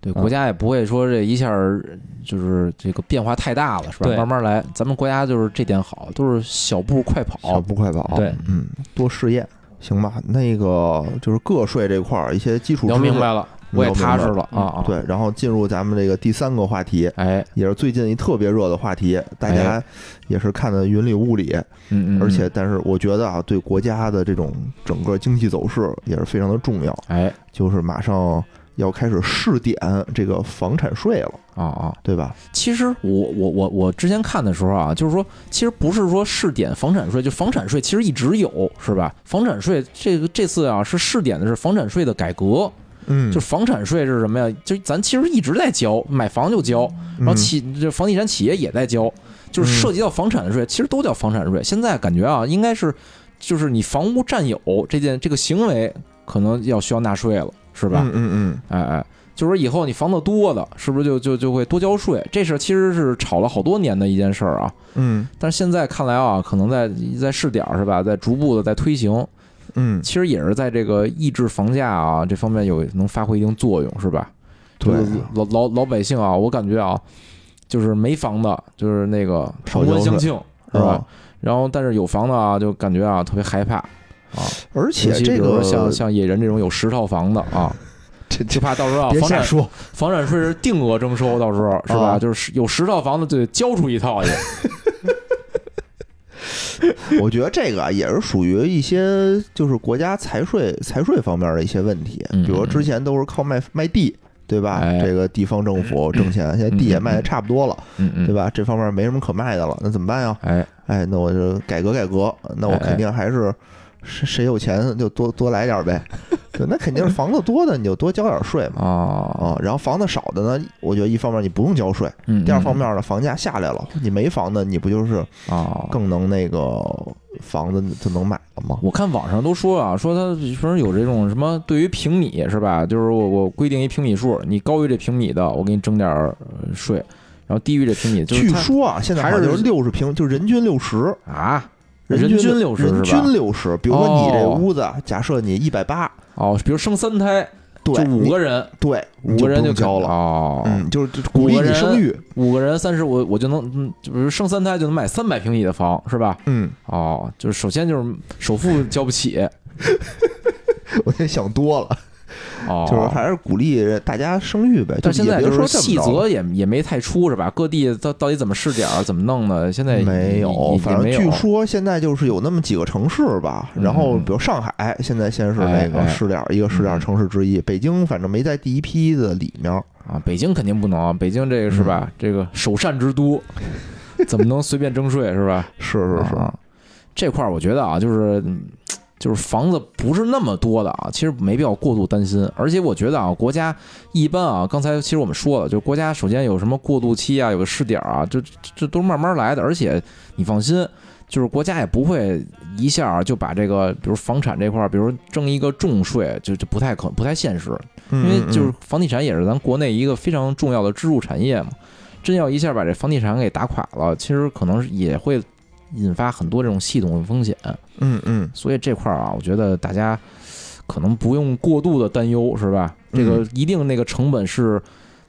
S2: 对国家也不会说这一下儿就是这个变化太大了，是吧？
S4: 对
S2: 慢慢来，咱们国家就是这点好，都是小步快
S1: 小
S2: 跑。
S1: 步快跑，
S4: 对，
S1: 嗯，多试验，行吧？那个就是个税这块儿一些基础知
S2: 聊
S1: 识，
S2: 明白了，我也踏实了啊啊！，
S1: 嗯对，然后进入咱们这个第三个话题，
S2: 哎，
S1: 也是最近一特别热的话题，大家也是看的云里雾里，
S2: 嗯嗯，
S1: 而且但是我觉得啊，对国家的这种整个经济走势也是非常的重要，
S2: 哎
S1: 就是马上要开始试点这个房产税了，
S2: 啊啊，
S1: 对吧？
S2: 其实我我我我之前看的时候啊，就是说，其实不是说试点房产税，就房产税其实一直有，是吧？房产税这个这次啊是试点的是房产税的改革，
S1: 嗯，
S2: 就是房产税是什么呀？就咱其实一直在交，买房就交，
S1: 嗯
S2: 然后企这房地产企业也在交，就是涉及到房产税，其实都叫房产税。现在感觉啊，应该是就是你房屋占有这件这个行为，可能要需要纳税了，是
S1: 是
S2: 吧？
S1: 嗯嗯
S2: 哎哎，就是说以后你房子多了，是不是就就就会多交税？这事儿其实是吵了好多年的一件事儿啊。
S1: 嗯
S2: 但是现在看来啊，可能在在试点儿是吧，在逐步的在推行，
S1: 嗯嗯，
S2: 其实也是在这个抑制房价啊这方面有能发挥一定作用，是吧？
S1: 对
S2: 这个老老老百姓啊，我感觉啊，就是没房的，就是那个
S1: 吵
S2: 旁观
S1: 交
S2: 相
S1: 税
S2: 庆，是
S1: 啊
S2: 吧？？然后但是有房的啊，就感觉啊特别害怕啊，
S1: 而
S2: 尤
S1: 且
S2: 其比
S1: 这
S2: 如说
S1: 个
S2: 像像野人这种有十套房的啊，
S1: <laughs> 这
S2: 就
S1: 这
S2: 怕到时候啊
S1: 别
S2: 房
S1: 瞎
S2: 产
S1: 说，
S2: 房产税是定额征收，到时候是吧？
S1: 啊
S2: 就是有十套房子就得交出一套去。
S1: <laughs> 我觉得这个啊也是属于一些就是国家财税财税方面的一些问题，
S2: 嗯
S1: 比如说之前都是靠卖卖地。对吧？
S2: 哎
S1: 这个地方政府挣钱，现在地也卖的差不多了，
S2: 嗯
S1: 对
S2: 嗯，
S1: 吧？这方面没什么可卖的了，那怎么办呀？
S2: 哎，
S1: 哎，那我就改革改革，那我
S2: 哎
S1: 肯定还是谁谁有钱就多多来点儿
S2: <laughs>
S1: 呗。对，那肯定是房子多的你就多交点税嘛。
S2: 哦，
S1: 啊，然后房子少的呢，我觉得一方面你不用交税，
S2: 嗯
S1: 第二方面呢，房价下来了，你没房的你不就是
S2: 哦，
S1: 更能那个房子就能买了吗？
S2: 我看网上都说啊，说他说有这种什么对于平米是吧？就是我我规定一平米数，你高于这平米的，我给你征点儿呃税，然后低于这平米就是
S1: 据
S2: 他
S1: 说啊，现在好像
S2: 还是
S1: 就是六十平，就是人均六十，
S2: 啊，
S1: 人
S2: 均六十
S1: 人
S2: 是吧
S1: 均？六十。比如说你这
S2: 哦
S1: 屋子啊，假设你一百八，
S2: 哦，比如生三胎
S1: 对，
S2: 就五
S1: 你
S2: 个人，
S1: 对
S2: 五个人
S1: 就不用
S2: 就
S1: 交
S2: 可
S1: 了。
S2: 哦，
S1: 嗯，就是鼓励
S2: 五个
S1: 你
S2: 人
S1: 生育。
S2: 五个人三十，我我就能嗯，就比如生三胎就能买三百平米的房是吧？
S1: 嗯，
S2: 哦，就是首先就是首付交不起，
S1: 我也想多了，
S2: 哦，
S1: 就是还是鼓励大家生育呗。就
S2: 但现
S1: 也
S2: 在
S1: 别
S2: 就
S1: 说
S2: 是
S1: 这
S2: 细
S1: 么着
S2: 则也也没太出是吧？各地到到底怎么试点儿怎么弄的？现在
S1: 没有，
S2: 也
S1: 反正
S2: 也没有
S1: 据说现在就是有那么几个城市吧，然后
S2: 嗯
S1: 比如上海现在先是那
S2: 哎
S1: 个
S2: 哎
S1: 试点一个试点
S2: 嗯
S1: 城市之一，北京反正没在第一批的里面。
S2: 啊，北京肯定不能，北京这个是
S1: 嗯
S2: 吧？这个首善之都，怎么能随便征税是吧？
S1: 是是是，
S2: 啊这块儿我觉得啊，就是嗯就是房子不是那么多的啊，其实没必要过度担心。而且我觉得啊，国家一般啊，刚才其实我们说了，就是国家首先有什么过渡期啊，有个试点啊，这这这都慢慢来的。而且你放心，就是国家也不会一下儿就把这个，比如房产这块儿，比如征一个重税，就就不太可不太现实。
S1: 因
S2: 因为就是房地产也是咱国内一个非常重要的支柱产业嘛，真要一下把这房地产给打垮了，其实可能是也会引发很多这种系统的风险，
S1: 嗯嗯
S2: 所以这块儿啊，我觉得大家可能不用过度的担忧，是吧？这个一定那个成本是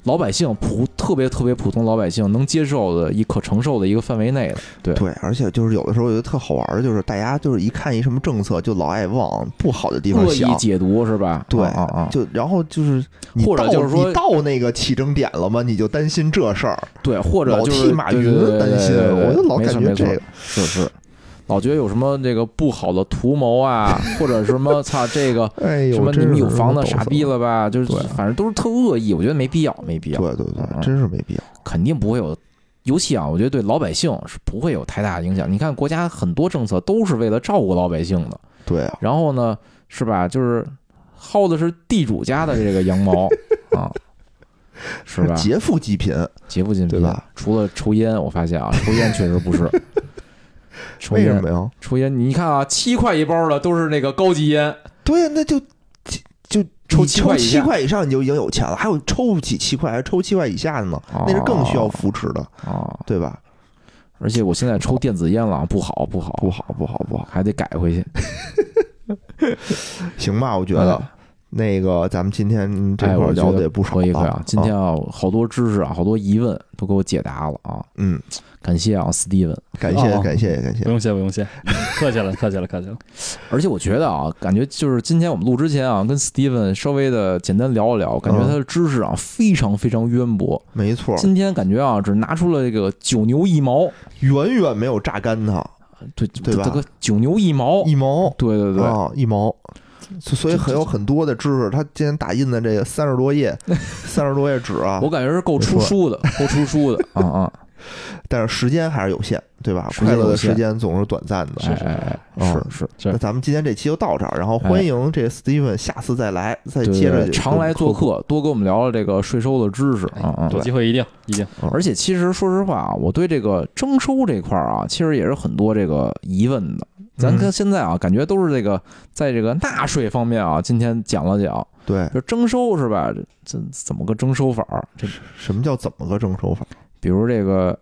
S2: 老百姓普特别特别普通老百姓能接受的一可承受的一个范围内的，对
S1: 对，而且就是有的时候我觉得特好玩儿，就是大家就是一看一什么政策就老爱往不好的地方
S2: 恶意
S1: 想，
S2: 解读是吧？
S1: 对
S2: 啊啊啊，
S1: 就然后就是你
S2: 或者
S1: 到
S2: 就是说
S1: 你到那个起征点了吗？你就担心这事儿，
S2: 对，或者
S1: 老
S2: 就是
S1: 替马
S2: 对
S1: 云
S2: 对对对
S1: 担心，
S2: 对对对
S1: 我就老
S2: 没
S1: 感
S2: 错
S1: 觉
S2: 没
S1: 这
S2: 错
S1: 个
S2: 是是，老觉得有什么这个不好的图谋啊，或者什么操这个
S1: <laughs> 哎呦，
S2: 什么你
S1: 真
S2: 们
S1: 是
S2: 有房子
S1: 抖
S2: 傻
S1: 擞
S2: 逼，了吧？就是
S1: 对
S2: 反正都是特恶意，我觉得没必要，没必
S1: 对
S2: 要，
S1: 对对，
S2: 嗯
S1: 真是没必要。
S2: 肯定不会有。尤其啊，我觉得对老百姓是不会有太大的影响。你看，国家很多政策都是为了照顾老百姓的，
S1: 对啊，
S2: 然后呢，是吧？就是薅的是地主家的这个羊毛 <laughs> 啊，是吧？
S1: 劫富济贫，
S2: 劫富济
S1: 对
S2: 贫
S1: 吧，
S2: 除了抽烟，我发现啊，抽烟确实不
S1: <laughs>
S2: 是。抽
S1: 为什
S2: 烟，
S1: 么呀？
S2: 抽烟，你看啊，七块一包的都是那个高级烟，
S1: 对呀，啊那就就
S2: 抽
S1: 你
S2: 七
S1: 抽
S2: 块以
S1: 七
S2: 下
S1: 块以上你就已经有钱了，还有抽不起七块还抽七块以下的呢，那是更需要扶持的，
S2: 啊。
S1: 对吧？
S2: 而且我现在抽电子烟了啊，不好，不好，
S1: 不好，不好，不好，
S2: 还得改回去。
S1: 行吧？我觉得那个咱们今天这
S2: 嗯哎，
S1: 块
S2: 我
S1: 儿
S2: 觉
S1: 聊的
S2: 得
S1: 也不少
S2: 可以可以
S1: 了
S2: 啊。今天啊，好多知识啊，好多疑问都给我解答了啊，
S1: 嗯，
S2: 感谢啊，Steven。
S1: 感谢
S3: 哦
S1: 感谢感谢
S2: 嗯
S3: 不，用谢，不
S1: <laughs>
S3: 用谢，客气了， <laughs> 客气了，客气了。
S2: 而且我觉得啊，感觉就是今天我们录之前啊，跟 Steven 稍微的简单聊一聊，感
S1: 嗯
S2: 觉他的知识啊非常非常渊博。
S1: 没错，
S2: 今天感觉啊，只拿出了这个九牛一毛，
S1: 远远没有榨干
S2: 哦
S1: 它
S2: 对
S1: 对吧
S2: 这个九牛一毛，
S1: 一毛，
S2: 对对对，
S1: 啊，一毛。所所以
S2: 这
S1: 很有很多的知识，他今天打印的这个三十多
S2: <laughs>
S1: 页，三十多页纸啊
S2: 我，感觉是够出书的，够出
S1: <laughs>
S2: 书的啊啊！
S1: 但是时间还是有限，对吧？
S2: 时间
S1: 快乐
S2: 有
S1: 的
S2: 限
S1: 时间总是短暂的。
S2: 哎哎哎，
S1: 哦
S2: 是是，
S3: 是
S1: 那咱们今天这期就到这儿，然后欢迎这 Steven 下次再来，再
S2: 对
S1: 接
S2: 对
S1: 着
S2: 对，常来做客，多跟我们聊聊这个税收的知识
S1: 哎
S2: 啊啊！
S3: 有机会一定一定。
S2: 而且其实说实话啊，我对这个征收这块儿啊，其实也是很多这个疑问的。
S1: 嗯
S2: 咱看现在啊，感觉都是这个在这个纳税方面啊，今天讲了讲，
S1: 对，
S2: 就征收是吧？这这怎么个征收法儿？这
S1: 什么叫怎么个征收法？
S2: 比如这个，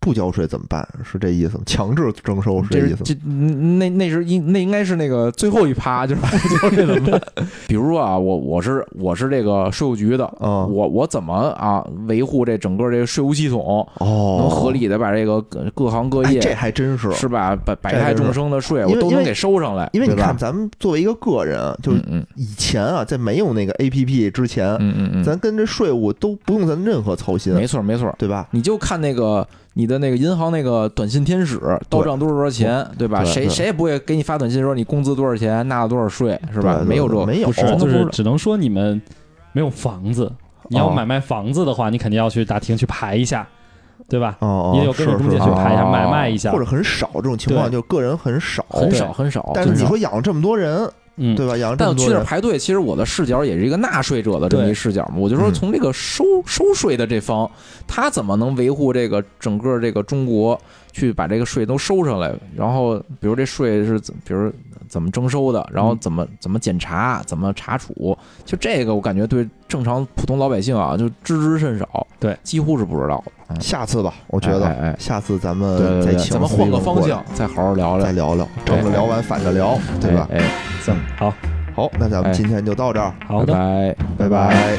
S1: 不交税怎么办？是这意思吗？强制征收是
S2: 这
S1: 这
S2: 是
S1: 意思吗？
S2: 这嗯那那是应那应该是那个最后一趴，
S1: <laughs>
S2: 就是不交税怎么办？ <laughs> 比如啊，我我是我是这个税务局的，
S1: 啊，
S2: 我我怎么啊维护这整个这个税务系统，
S1: 哦，
S2: 能合理的把这个各各行各
S1: 哎，
S2: 业
S1: 这还真是，
S2: 是吧？百百
S1: 这
S2: 态
S1: 真是
S2: 众生的税，
S1: 因
S2: 我
S1: 为
S2: 都
S1: 因
S2: 能
S1: 为
S2: 给收上来，
S1: 因为你
S2: 对吧
S1: 看，咱们作为一个个人啊，就是
S2: 嗯
S1: 以前啊，在没有那个 A P P 之前，
S2: 嗯嗯嗯嗯，
S1: 咱跟这税务都不用咱任何操心，
S2: 没错没错，
S1: 对吧？
S2: 你就看那个你的那个银行那个短信天使到账多少多少钱，对吧？
S1: 对
S2: 谁
S1: 对
S2: 谁也不会给你发短信说你工资多少钱，纳了多少税，是吧？
S1: 对对
S2: 没有这个，
S1: 没有
S3: 不是
S1: 哦，
S3: 就是只能说你们没有房子。你要买卖房子的话，你肯定要去打听去排一下，对吧？
S1: 哦，
S3: 也有跟着
S1: 是
S3: 中
S1: 是
S3: 介去
S1: 是啊
S3: 排一下
S2: 哦
S3: 买卖一下
S1: 或，者很少这种情况，
S3: 对
S1: 就是个人很少，
S2: 很少很少。
S1: 哦但是
S2: 很
S1: 你
S2: 少
S1: 说养了这么多人，
S3: 嗯，
S1: 对吧？养了这
S2: 但
S1: 么
S2: 去
S1: 多
S2: 那
S1: 人
S2: 儿，排队，其实我的视角也是一个纳税者的这么一
S3: 对
S2: 视角嘛。我就说，
S1: 嗯
S2: 从这个收收税的这方，他怎么能维护这个整个这个中国去把这个税都收上来？然后，比如这税是怎，比如怎么征收的，
S1: 嗯
S2: 然后怎么怎么检查，怎么查处，就这个我感觉对正常普通老百姓啊，就知之甚少，
S3: 对，
S2: 几乎是不知道的。嗯
S1: 下次吧，我觉
S2: 哎
S1: 得呃
S2: 哎哎
S1: 下次咱
S2: 对对
S1: 们
S2: 对
S1: 再
S2: 对
S1: 请
S2: 咱们
S1: 司
S2: 换个
S1: 令
S2: 方
S1: 过来
S2: 向，再好好聊聊
S1: 再，聊聊，正着聊完反着聊，对吧？
S2: 哎，哎
S3: 行，好，
S1: 好，那咱
S2: 哎
S1: 们今天就到这儿，
S3: 好的
S2: 拜。拜。
S1: 拜拜。